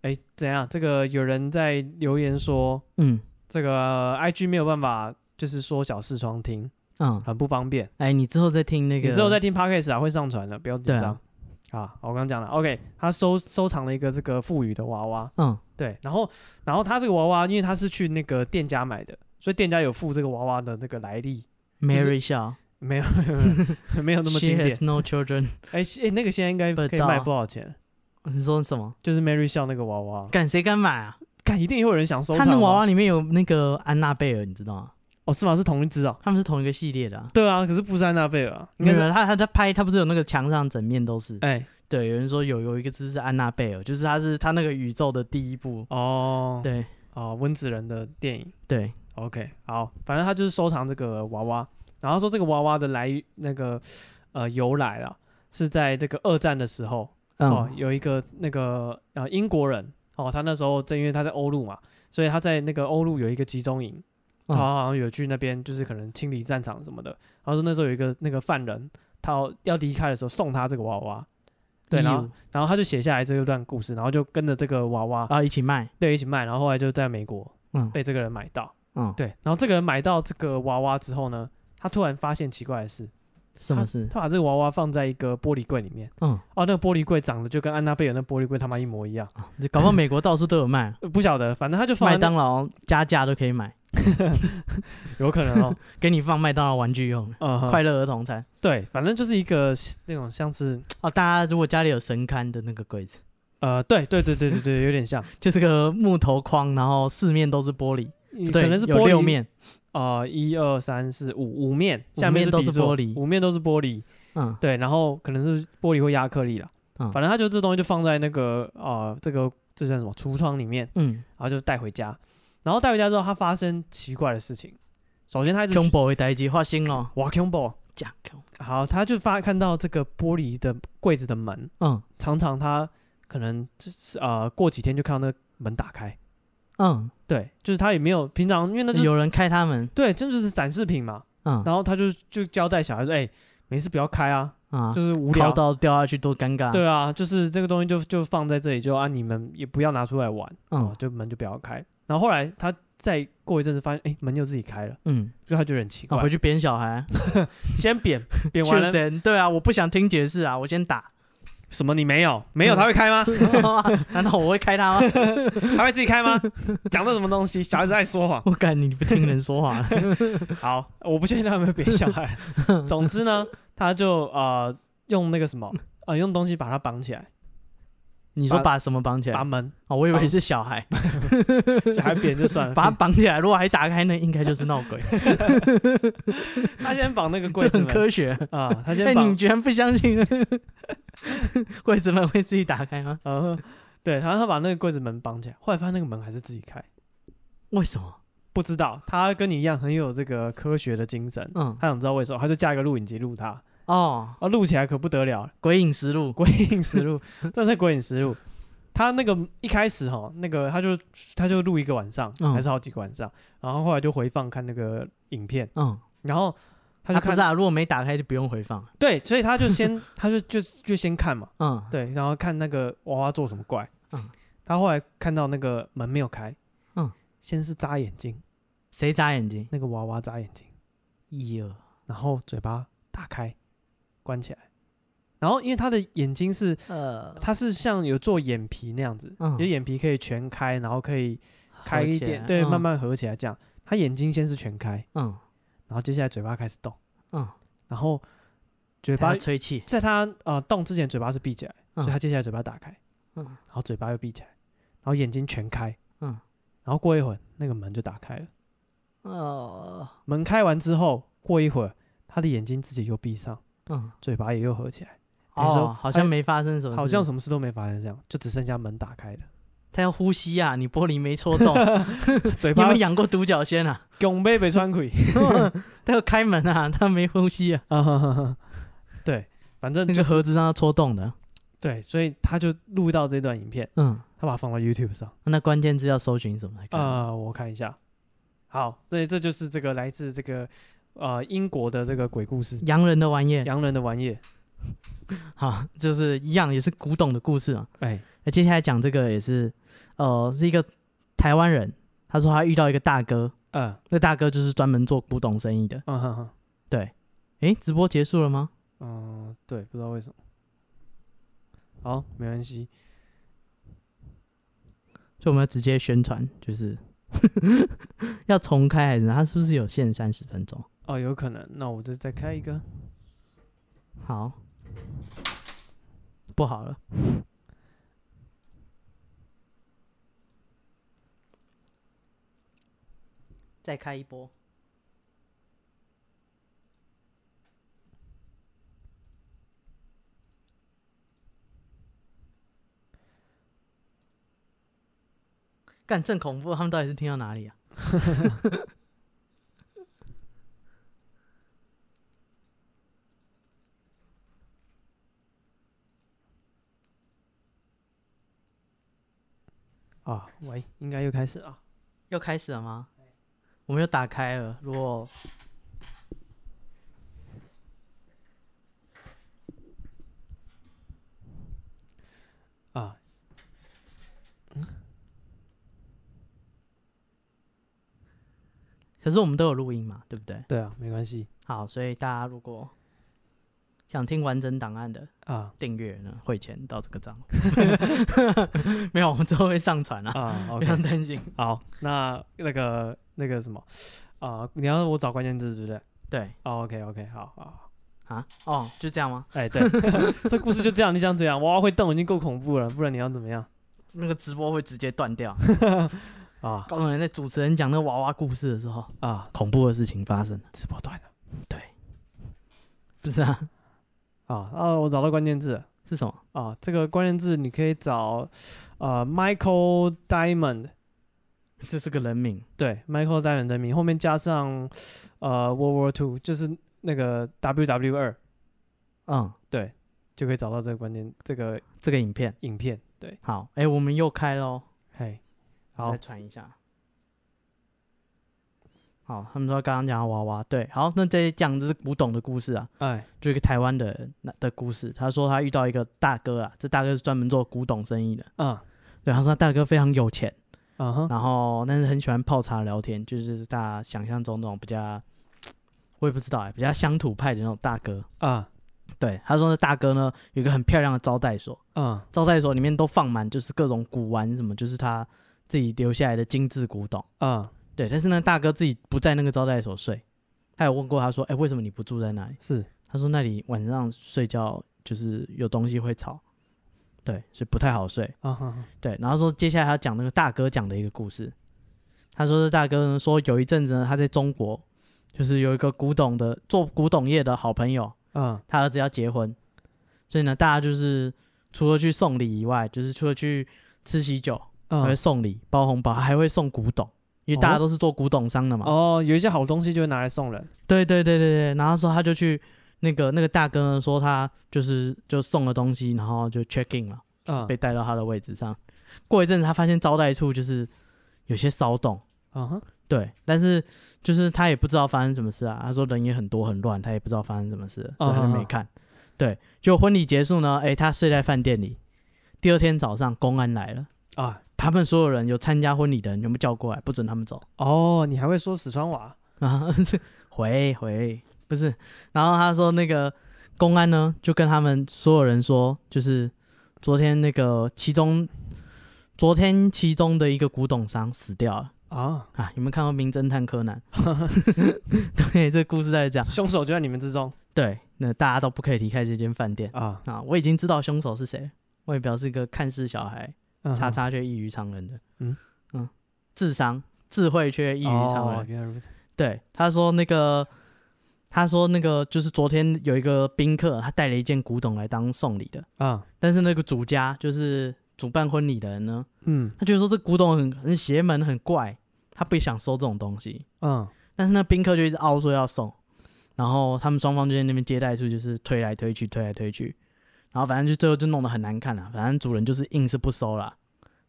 哎，怎样？这个有人在留言说，嗯，这个 IG 没有办法就是缩小视窗听，嗯，很不方便。哎，你之后再听那个，你之后再听 podcast 啊，会上传的，不要紧对张啊。啊，我刚刚讲了，OK，他收收藏了一个这个富裕的娃娃，嗯对，然后然后他这个娃娃，因为他是去那个店家买的，所以店家有附这个娃娃的那个来历， ，Mary 笑没有 没有那么 ，She 经典 has。no children。哎、哎、那个现在应该 But 可以卖 doll 不少钱，你说什么？就是 Mary 笑那个娃娃，敢谁敢买啊？看一定也有人想收他藏。那个娃娃里面有那个安娜贝尔，你知道吗？哦，是吗？是同一只哦。他们是同一个系列的、啊。对啊，可是不是安娜贝尔啊，应没该是有，没有他他在拍，他不是有那个墙上整面都是。哎、对，有人说有有一个字是安娜贝尔，就是他是他那个宇宙的第一部。哦，对哦，温子仁的电影。对， OK，好，反正他就是收藏这个娃娃，然后说这个娃娃的来那个呃由来啊，是在这个二战的时候哦，嗯，有一个那个呃英国人哦，他那时候正因为他在欧陆嘛，所以他在那个欧陆有一个集中营，他嗯好像有去那边就是可能清理战场什么的。他说那时候有一个那个犯人，他要要离开的时候送他这个娃娃，对，然后义然后他就写下来这一段故事，然后就跟着这个娃娃务啊一起卖。对一起卖，然后后来就在美国嗯被这个人买到。嗯，对，然后这个人买到这个娃娃之后呢，他突然发现奇怪的事，什么事？他把这个娃娃放在一个玻璃柜里面，嗯，哦，那个玻璃柜长得就跟安娜贝尔那玻璃柜他妈一模一样，哦搞不好美国到处都有 卖，啊呃不晓得，反正他就放嗯在麦那当劳加价都可以买，有可能 哦，给你放麦当劳玩具用，嗯哼，快乐儿童餐。对，反正就是一个那种像是，哦，大家如果家里有神龛的那个柜子，呃，对对对对对对，有点像，就是个木头框，然后四面都是玻璃，对，可能是有玻六璃，面，呃，一二三四五五面，五下面面都底是座玻璃五面都是玻璃，嗯对，然后可能是玻璃或亚克力啦，嗯反正他就这东西就放在那个呃这个这叫什么橱窗里面。嗯然后就带回家。然后带回家之后，他发生奇怪的事情。首先，他一直，combo 的代机画心咯，哇 combo，讲 c 好，他就发看到这个玻璃的柜子的门，嗯常常他可能就是呃过几天就看到那个门打开，嗯，对，就是他也没有平常，因为那是有人开他们，对，真就是展示品嘛。嗯然后他就就交代小孩说，哎、没事不要开啊，啊，就是无敲聊。到掉下去多尴尬，，对啊，就是这个东西就就放在这里，就啊你们也不要拿出来玩，哦嗯，就门就不要开。然后后来他再过一阵子发现，哎、门又自己开了，嗯，就他觉得很奇怪我。回去扁小孩，先 扁扁完确了，诊，对啊，我不想听解释啊，我先 打，什么你没有？没嗯有他会开吗？难道我会开他吗？ 他会自己开 吗？讲的什么东西？小孩子爱说谎。我感你不听人说 话，好，我不确定他有没有扁小 孩。总之呢，他就呃用那个什么呃用东西把他绑起来，你说把把什么绑起来把？门，哦，我以为绑是小孩，小孩扁就算 了。把他绑起来，如果还打开，那应该就是闹鬼， 他先绑那个这柜子很门科 学。啊、他哎、先你绑，居然不相 信？柜子门会自己打开吗？嗯，对，然后他把那个柜子门绑起来，后来发现那个门还是自己开，为什么？不知道他跟你一样很有这个科学的精神，嗯，他想知道为什么，他就架一个录影机录他，哦，啊，录起来可不得了， 《鬼影实录》 鬼影实录，这是鬼影实录。他那个一开始哈，那个他就他就录一个晚上，嗯还是好几个晚上，然后后来就回放看那个影片，嗯，然后他他就不看、是啊，如果没打开就不用回放。对，所以他就先他就就就先看嘛，嗯，对，然后看那个娃娃做什么怪，嗯他后来看到那个门没有开，嗯，先是眨眼睛，谁眨眼睛？那个娃娃眨眼睛，一二，然后嘴巴打开，关起来，然后因为他的眼睛是呃，它是像有做眼皮那样子，嗯有眼皮可以全开，然后可以开一点，对，慢。慢合起来这样。他眼睛先是全开，嗯然后接下来嘴巴开始动，嗯，然后嘴嘴巴巴吹气。在他呃动之前嘴巴是闭起来，所嗯以他接下来嘴巴打开，嗯然后嘴巴又闭起来，然后眼睛全开，嗯，然后过一会儿那个门就打开了，呃门开完之后过一会儿他的眼睛自己又闭上，嗯，嘴巴也又合起来，等于说哦，好像没发生什么，好像是什么事都没发生，这样就只剩下门打开 了，他要呼吸啊，你玻璃没 戳动。嘴你有巴没有养过独角仙啊？拱被被穿溃。他要开门啊，他没呼吸啊，啊哈哈哈， 对，反正那就个是盒子让他戳动的。对，所以他就录到这段影片，嗯，他把它放到 YouTube 上。那关键字要搜寻什么来看？啊、我看一下。好，对，这就是这个来自这个呃英国的这个鬼故事，洋人的玩意儿，洋人的玩意。好，就是一样也是古董的故事啊。哎，那接下来讲这个也是，呃，是一个台湾人，他说他遇到一个大哥，嗯那大哥就是专门做古董生意的，嗯哼哼，诶，直播结束了吗？嗯，对，不知道为什么。好，没关系。所以我们要直接宣传，就是 要重开还是它是不是有限三十分钟？哦，有可能。那我就再开一个。好，不好了，再开一波。干，正恐怖！他们到底是听到哪里啊？啊，喂，应该又开始了。又开始了吗？我们又打开了。如果啊，嗯可是我们都有录音嘛，对不对？对啊，没关系好，所以大家如果想听完整档案的，啊订阅呢汇钱到这个账， 没有，我们之后会上传啊，啊不，OK，用担心。好，那那个那个什么啊，你要我找关键字对不对？对哦，OK OK，好好，啊，哦，就这样吗？哎，对， 这故事就这样，就这样这样，哇，会动已经够恐怖了，不然你要怎么样那个直播会直接断掉。啊 高人在主持人讲那个娃娃故事的时候，啊？恐怖的事情发生了，直播断了不是啊？啊啊！我找到关键字了是什么？啊，这个关键字你可以找呃 Michael Diamond，这是个人名。对，Michael Diamond 的名，后面加上呃 World War Two，就是那个 WW 二，嗯，对，就可以找到这个关键这个这个影片影片，对，好，哎、我们又开喽，嘿，我好再，传一下。好，他们说刚刚讲的娃娃，对，好，那再讲这是古董的故事啊。哎，就一个台湾的那的故事，他说他遇到一个大哥啊，这大哥是专门做古董生意的。嗯，对，他说他大哥非常有钱，啊哈，然后但是很喜欢泡茶聊天，就是大家想象中那种比较，我也不知道哎、比较乡土派的那种大哥。啊，对，他说那大哥呢有一个很漂亮的招待所，嗯，招待所里面都放满就是各种古玩什么，就是他自己留下来的精致古董。啊，对，但是呢大哥自己不在那个招待所睡，他有问过他说，哎、为什么你不住在那里？是，他说那里晚上睡觉就是有东西会吵，对，所以不太好睡。啊哈哈，对，然后说接下来他讲那个大哥讲的一个故事，他说是大哥呢说有一阵子呢他在中国，就是有一个古董的做古董业的好朋友，嗯，他儿子要结婚，所以呢大家就是除了去送礼以外，就是除了去吃喜酒，还会嗯，送礼、包红包，还会送古董，因为大家哦都是做古董商的嘛。哦，有一些好东西就会拿来送人，对对对对对，然后说他就去那个那个大哥呢说他就是就送了东西，然后就 check in 了，嗯被，带到他的位置上。过一阵子，他发现招待处就是有些骚动，啊哈，对，但是就是他也不知道发生什么事啊。他说人也很多很乱，他也不知道发生什么事，所以他就没看。对，就婚礼结束呢，哎，他睡在饭店里。第二天早上，公安来了，啊，他们所有人有参加婚礼的人全部叫过来，不准他们走。哦，你还会说四川话啊，是回回不是。然后他说那个公安呢，就跟他们所有人说，就是昨天那个其中，昨天其中的一个古董商死掉了啊？啊！你们看过《名侦探柯南》？对，这故事在讲，凶手就在你们之中对，那大家都不可以离开这间饭店啊，啊！我已经知道凶手是谁，我也表示一个看似小孩，嗯叉哼，叉却异于常人的，嗯嗯，智商智慧却异于常人哦，，原来如此，对，他说那个，他说那个就是昨天有一个宾客，他带了一件古董来当送礼的，啊，但是那个主家就是主办婚礼的人呢，嗯，他觉得说这古董很很邪门，很怪，他不想收这种东西，嗯，但是那宾客就一直凹说要送，然后他们双方就在那边接待处就是推来推去，推来推去，然后反正就最后就弄得很难看了，反正主人就是硬是不收啦，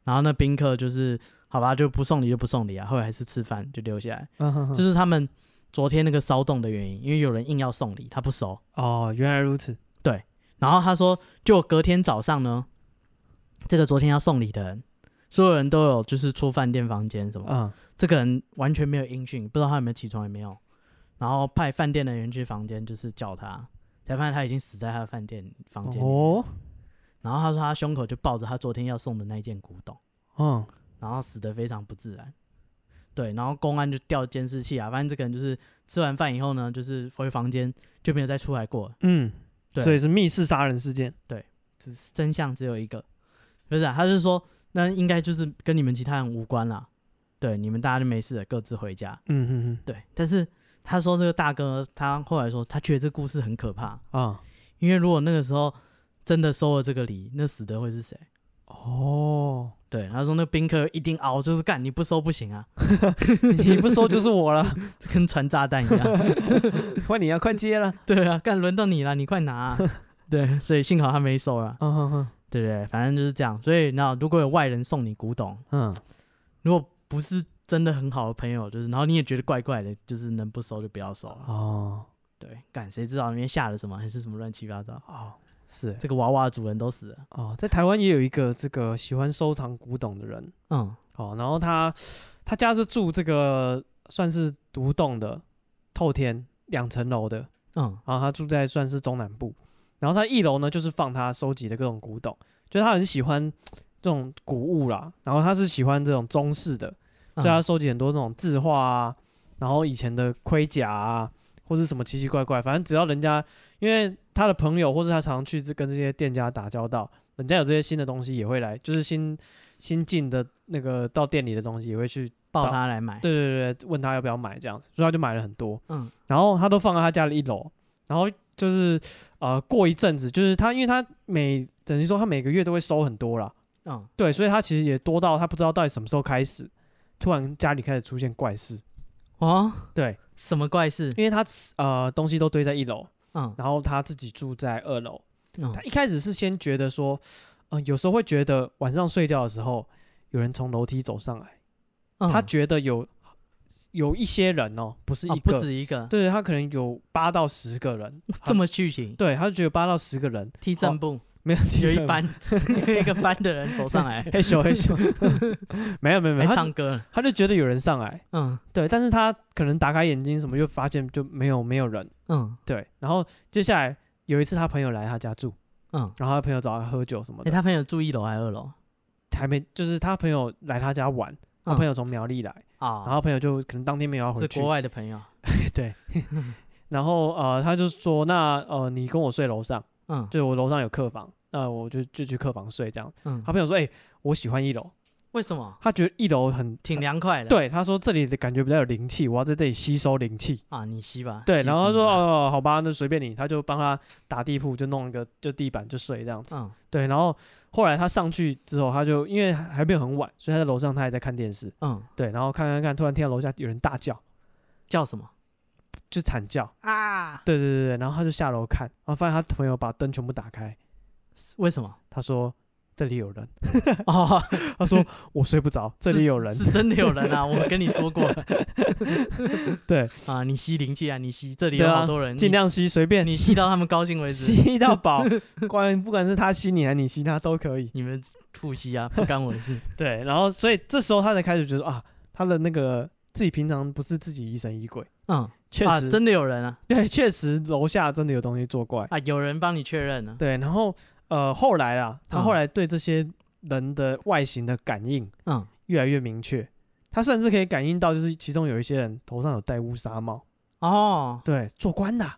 然后那宾客就是好吧就不送礼就不送礼啊，后来还是吃饭就留下来。嗯哼哼就是他们昨天那个骚动的原因，因为有人硬要送礼，他不熟。哦，原来如此，然后他说，就隔天早上呢，这个昨天要送礼的人，所有人都有就是出饭店房间什么，嗯，这个人完全没有音讯，不知道他有没有起床也没有。然后派饭店人员去房间，就是叫他，才发现他已经死在他的饭店房间里面。哦，然后他说他胸口就抱着他昨天要送的那一件古董，嗯，然后死得非常不自然。对，然后公安就调监视器啊，发现这个人就是吃完饭以后呢，就是回房间就没有再出来过了。嗯，对所以是密室杀人事件。只是真相只有一个，不是、啊？他是说那应该就是跟你们其他人无关啦。对，你们大家就没事了，各自回家。嗯哼对，但是他说这个大哥，他后来说他觉得这故事很可怕，哼，啊、因为如果那个时候真的收了这个礼，那死的会是谁？哦， 对，他说那宾客一定熬，就是干你不收不行 啊， 你不说就是我了， 跟传炸弹一样。换你啊，快接了。 对啊，干轮到你了，你快拿、 啊。对，所以幸好他没收啊，嗯哼哼，对不对？反正就是这样。所以那如果有外人送你古董，嗯，如果不是真的很好的朋友，就是然后你也觉得怪怪的，就是能不收就不要收了。哦，对，干谁知道里面下了什么还是什么乱七八糟？哦，是欸，这个娃娃的主人都死了。哦，在台湾也有一个这个喜欢收藏古董的人，嗯，哦，然后他他家是住这个算是独栋的透天两层楼的，嗯然后他住在算是中南部，然后他一楼呢就是放他收集的各种古董，就是他很喜欢这种古物啦，然后他是喜欢这种中式的，所以他嗯收集很多那种字画啊，然后以前的盔甲啊，或是什么奇奇怪怪，反正只要人家，因为他的朋友或是他常去这跟这些店家打交道，人家有这些新的东西也会来，就是新新进的那个到店里的东西也会去，抱他来买。对对对，问他要不要买这样子，所以他就买了很多，嗯然后他都放在他家的一楼，然后就是呃过一阵子，就是他因为他每等于说他每个月都会收很多啦，嗯对，所以他其实也多到他不知道到底什么时候开始，突然家里开始出现怪事。哦，对，什么怪事？因为他呃东西都堆在一楼，嗯然后他自己住在二楼。嗯他一开始是先觉得说，呃，有时候会觉得晚上睡觉的时候有人从楼梯走上来，嗯他觉得有有一些人哦，不是哦一不个，止一个，对他可能有八到十个人， 这么具体。对，他就觉得八到十个人踢正步，没有有听，一班 有一个班的人走上来黑咻黑咻，没有没 有没还有，他就唱歌。他就觉得有人上来。嗯对，但是他可能打开眼睛什么，就发现就没有没有人。嗯对，然后接下来有一次他朋友来他家住，嗯。然后他朋友找他喝酒什么哎，的，他朋友住一楼还是二楼？还没就是他朋友来他家玩，他嗯朋友从苗栗来，啊，然后朋友就可能当天没有要回是去国，外的朋友。 对， 然后呃他就说那呃你跟我睡楼上，嗯就我楼上有客房，那我就就去客房睡这样。嗯他，朋友说哎、我喜欢一楼，为什么？他觉得一楼很挺凉快的。对，他说这里的感觉比较有灵气，我要在这里吸收灵气。啊，你吸吧。对，吸然后死他你说吧哦，好吧，那随便你，他就帮他打地铺，就弄一个就地板就睡这样子。嗯对，然后后来他上去之后，他就因为还还没有很晚，所以他在楼上他也在看电视。嗯，对，然后看看看，突然听到楼下有人大叫，叫什么就惨叫。啊？对对对对，然后他就下楼看，然后发现他朋友把灯全部打开，为什么？他说这里有人，哦，他说我睡不着， 这里有人。是真的有人 啊！我跟你说过对，啊，你吸灵气啊，你吸，这里对有啊好多人，尽你量吸，随便你吸到他们高兴为止。吸到 饱，管不管是他吸你还是你吸他都可以。你们互吸啊，不干我 的事。对，然后所以这时候他才开始觉得啊，他的那个自己平常不是自己疑神疑鬼，嗯，确啊，实、真的有人啊对，确实楼下真的有东西作怪。啊，有人帮你确认呢、对，然后呃后来啊，他嗯后来对这些人的外形的感应嗯，越来越明确，他甚至可以感应到，就是其中有一些人头上有戴乌纱帽，哦，对，做官的啊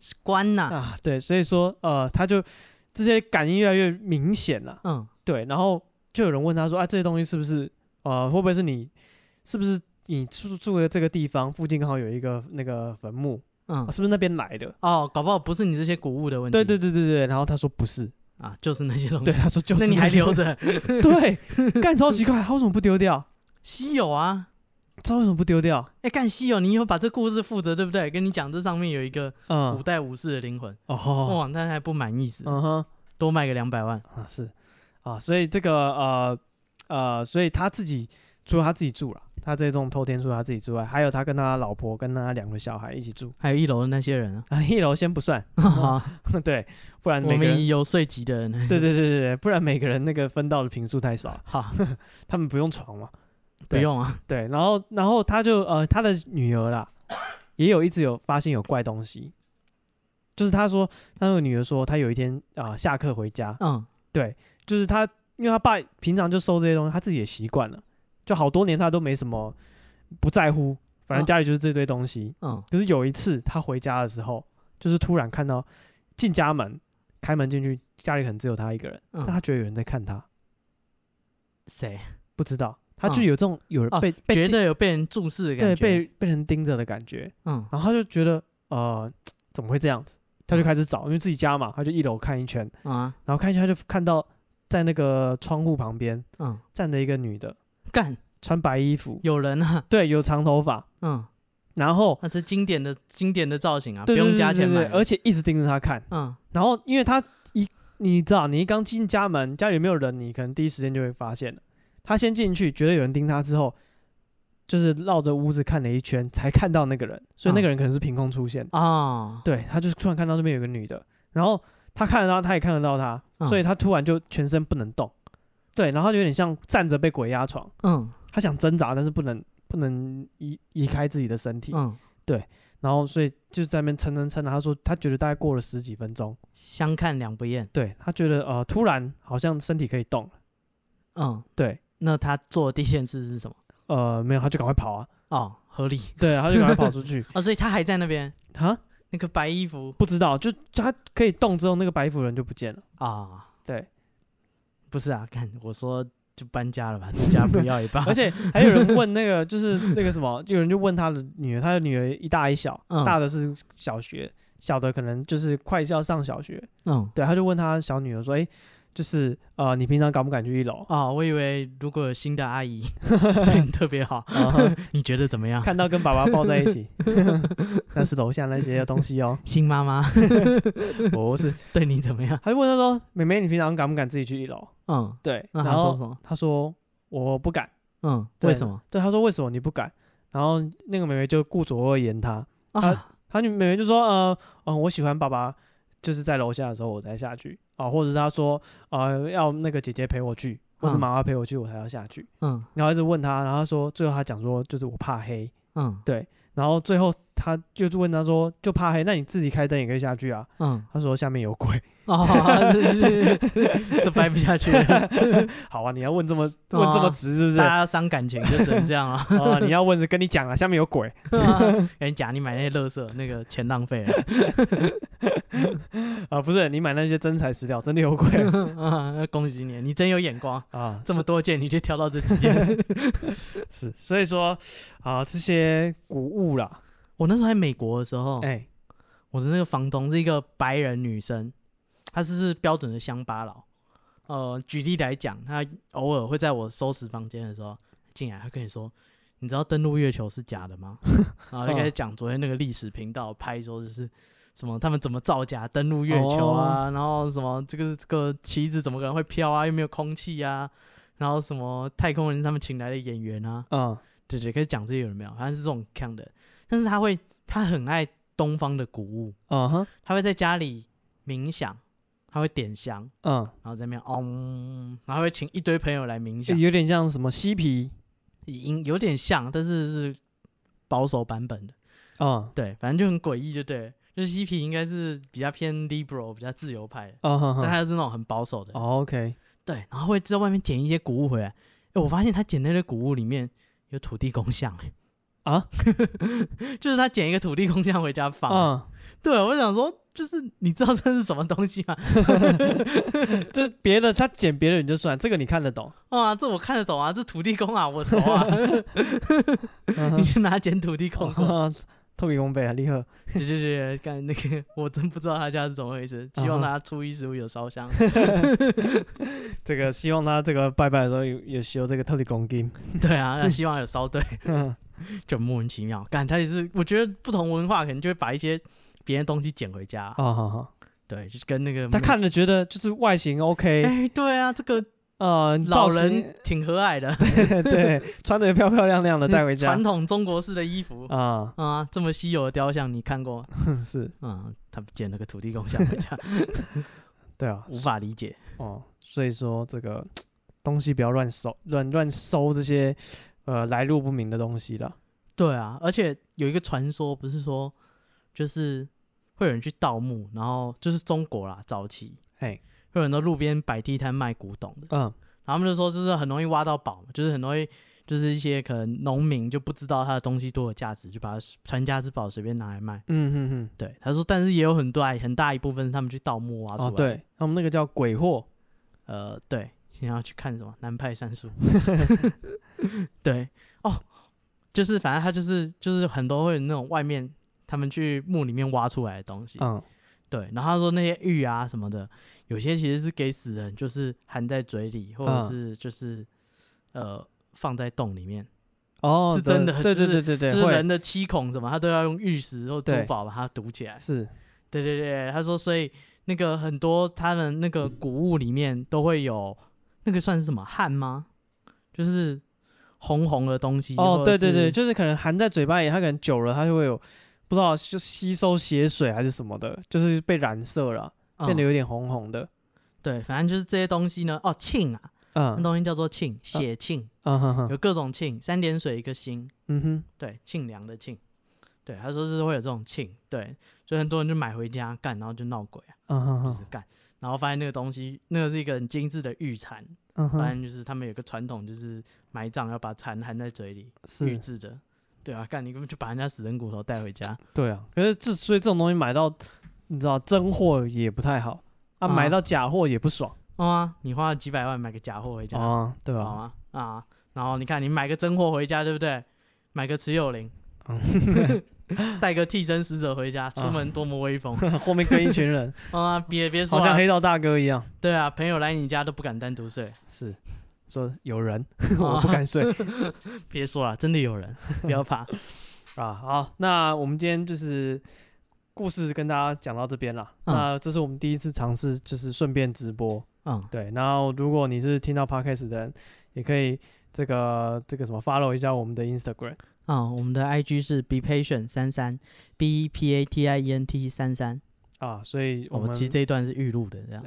是关呐、啊对，所以说呃他就这些感应越来越明显了。嗯对，然后就有人问他说：“啊，这些东西是不是呃，会不会是你是不是你住住的这个地方附近刚好有一个那个坟墓、啊嗯，是不是那边来的哦，搞不好不是你这些古物的？”问题。对对对对对，然后他说不是，啊，就是那些东对，西。他说就是那你还些留？着？ 对，干超奇怪，他为什么不丢掉？稀有啊！他为什么不丢掉？哎、干稀有，你有把这故事负责对不对？跟你讲，这上面有一个嗯古，代武士的灵魂。哦，哇，那还不满意思，嗯哼，多卖个两百万。啊是啊，所以这个呃呃，所以他自己除了他自己住了，他这栋偷天住他自己之外，还有他跟他老婆跟他两个小孩一起住 还有一楼的那些人啊，啊，一楼先不算， 对，不然我哦每个人们以游说级的人， 对对对对对，不然每个人那个分到的平数太少， 好，他们不用床嘛。不用啊，对，然后然后他就呃他的女儿啦，也有一直有发现有怪东西，就是他说他那个女儿说，她有一天啊、呃下课回 家，嗯，对，就是他，因为他爸平常就收这些东西，他自己也习惯了，就好多年他都没什么不在乎，反正嗯家里就是这堆东西。嗯，可是有一次他回家的时候，就是突然看到进家门，开门进去，家里可能只有他一个人，嗯但他觉得有人在看他，谁不知道，他嗯就有这种有人哦被、被觉盯得有被人注视的感对觉？被被人盯着的感觉，嗯然后他就觉得呃怎么会这样子，他就开始找，因为自己家嘛，他就一楼看一圈，嗯啊然后看一圈他就看到在那个窗户旁边嗯，站着一个女的。干穿白衣服，有人啊，对，有长头发，嗯，然后那是经典的经典的造型啊，不对用对加对钱对买对，而且一直盯着他看。嗯然后因为他一，你知道，你一刚进家门，家里没有人，你可能第一时间就会发现了。他先进去，觉得有人盯他之后，就是绕着屋子看了一圈，才看到那个人，所以嗯那个人可能是凭空出现的。哦，对，他就是突然看到那边有个女的，然后他看得到，他也看得到她，嗯所以他突然就全身不能动。对，然后就有点像站着被鬼压床，嗯他想挣扎，但是不能不能移移开自己的身体。嗯，然后所以就在那边撑撑撑啊，他说他觉得大概过了十几分钟，相看两不厌，对他觉得呃突然好像身体可以动了，嗯，对，那他做的第一件事是什么？呃没有他就赶快跑啊，哦，合理对，啊他就赶快跑出 去哦，所以他还在那边，啊，那个白衣服不知道就就他可以动之后那个白衣服人就不见了，啊、对，不是啊，看我说就搬家了吧，这家不要也 罢，而且还有人问那个就是那个什么，有人就问他的女儿，他的女儿一大一小，嗯大的是小学，小的可能就是快要上小学，嗯。对，他就问他小女儿说，哎、就是呃，你平常敢不敢去一楼？ 哦，我以为如果有新的阿 姨对你特别好，啊你觉得怎么样？看到跟爸爸抱在一起， 那是楼下那些东西哦。新妈妈 不是，对你怎么样？他就问他说：“妹妹，你平常敢不敢自己去一楼嗯，？”对，那他然说后什么？他说：“我不敢。嗯，对为什么”对，他说：“为什么你不敢？”然后那个妹妹就顾左而言他，啊？他女妹妹就说：“呃，嗯，我喜欢爸爸，就是在楼下的时候我才下去啊，或者是他说，呃，要那个姐姐陪我去，或者嗯妈妈陪我去，我才要下去。”嗯然后一直问他，然后他说，最后他讲说，就是我怕黑。嗯然后最后他就是问他说，就怕黑，那你自己开灯也可以下去啊。嗯，他说下面有鬼， 哦，这 这这掰不下去了， 好啊，你要问这么哦问这么直是不是？大啊、家要伤感情就只能这 样啊。哦你要问是跟你讲啊，下面有鬼。 跟你讲，你买那些乐色，那个钱浪费了，啊，不是，你买那些真材实料，真的 有鬼啊恭喜你，你真有眼光，啊，这么多件你就挑到这几件。是，所以说啊，这些古物啦，我那时候在美国的时候，哎、我的那个房东是一个白人女生，她是是标准的乡巴佬。呃，举例来讲，她偶尔会在我收拾房间的时候进来，她跟你说：“你知道登陆月球是假的吗？”然后就开始讲昨天那个历史频道拍说就是什么他们怎么造假登陆月球啊，然后什么这个这个旗子怎么可能会飘啊，又没有空气啊，然后什么太空人他们请来的演员啊，嗯，对对，可以讲这些有没有？好像是这种看的，但是他会他很爱东方的古物。嗯哼，他会在家里冥想，他会点香，嗯，然后在那边嗡，然后会请一堆朋友来冥就想，有点像什么嬉皮，有有点像，但是是保守版本的，嗯，对，反正就很诡异，就对了，就是嬉皮应该是比较偏 liberal、比较自由派的，嗯哼但哼、他是那种很保守的，哦、，OK，对，然后会在外面捡一些谷物回来，哎，我发现他捡那些谷物里面有土地公像、哎啊， 就是他捡一个土地公像回家放，嗯，对我想说，就是你知道这是什么东西吗？就是别的他捡别人就算，这个你看得懂，哇，这我看得懂啊，这土地公啊，我熟 啊，嗯 你哼去哪捡土地公哦过？啊透给公背啊，厉害， 对对对，干那个，我真不知道他家是怎么回事，希望啊他初一十五有 烧香。这个希望他这个拜拜的时候有有修这个特里公 金，对啊，那希望有烧对，嗯就莫名其妙。干他也是，我觉得不同文化可能就会把一些别人东西捡回家。哦好好，对，就是跟那个他，看了觉得就是外形 OK，哎，对啊，这个呃，造老型人嗯挺和蔼的， 对，穿的漂漂亮亮的带回家传统中国式的衣服啊、 啊，这么稀有的雕像你看过吗？哼是嗯，他捡了个土地公像回 家，对啊，无法理解。哦，所以说这个东西不要乱收，乱乱收这些呃来路不明的东西了。对啊，而且有一个传说，不是说就是会有人去盗墓，然后就是中国啦，早期嘿，会有人在路边摆地摊卖古董的，嗯，然后他们就说就是很容易挖到宝嘛，就是很容易就是一些可能农民就不知道他的东西多有价值，就把它传家之宝随便拿来卖。嗯哼哼，对，他说，但是也有很大很大一部分是他们去盗墓挖出来哦，的。对，他们那个叫鬼货，呃，对，你要去看什么南派三叔， 对，哦，就是反正他就是就是很多会有那种外面他们去墓里面挖出来的东西，嗯，对，然后他说那些玉啊什么的，有些其实是给死人，就是含在嘴里，或者嗯是就是、呃放在洞里面，哦，是真的对对就对对对，就是会人的七孔什么，他都要用玉石或珠对宝把它堵起来，是，对对对，他说，所以那个很多他们那个古物里面都会有那个算是什么汗吗？就是红红的东西。哦，或对者对对，是就是可能含在嘴巴里，它可能久了，它就会有不知道就吸收血水还是什么的，就是被染色了，变得嗯有点红红的。对，反正就是这些东西呢。哦，沁啊，那嗯东西叫做沁，血沁，嗯哼哼，有各种沁，三点水一个心，嗯哼，对，沁凉的沁。对，他说是会有这种沁，对，所以很多人就买回家干，然后就闹鬼啊，嗯哼就哼是干，然后发现那个东西，那个是一个很精致的玉蝉，嗯反哼，正就是他们有个传统，就是埋葬要把蚕含在嘴里，预是，制的。对啊，干你根本就把人家死人骨头带回家，对啊。可是这所以这种东西买到，你知道真货也不太好啊，买啊到假货也不爽哦啊，你花了几百万买个假货回家，啊，对好吧？吗？啊，然后你看你买个真货回家，对不对？买个持有灵，哦 带个替身使者回家，啊出门多么威风 后面跟一群人，啊！别别说好像啊，黑道大哥一样，对啊，朋友来你家都不敢单独睡，是说有人， 我不敢睡。别说了，真的有人，不要怕。 啊，好，那我们今天就是故事跟大家讲到这边了。嗯那这是我们第一次尝试，就是顺便直播。嗯，对，然后如果你是听到 podcast 的人，也可以这个这个什么 follow 一下我们的 Instagram。啊、我们的 IG 是 be patient 三三 b e p a t i e n t 三三。啊，所以我我们们其实这一段是预录的，这样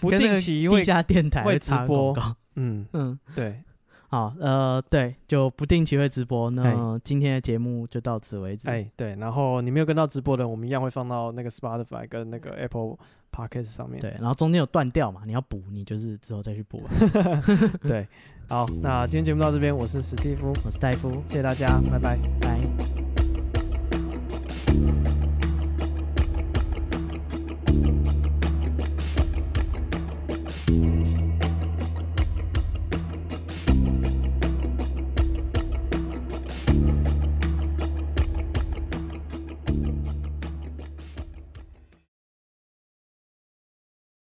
不跟那定个期地会，下电台会会直插播广告。嗯，嗯，对，好，呃，对，就不定期会直播。那哎今天的节目就到此为止。哎，对，然后你没有跟到直播的，我们一样会放到那个 Spotify 跟那个 Apple Podcast 上面。对，然后中间有断掉嘛，你要补，你就是之后再去补啊 吧。对，好，那今天节目到这边，我是史蒂夫，我是戴夫，谢谢大家，拜拜。拜。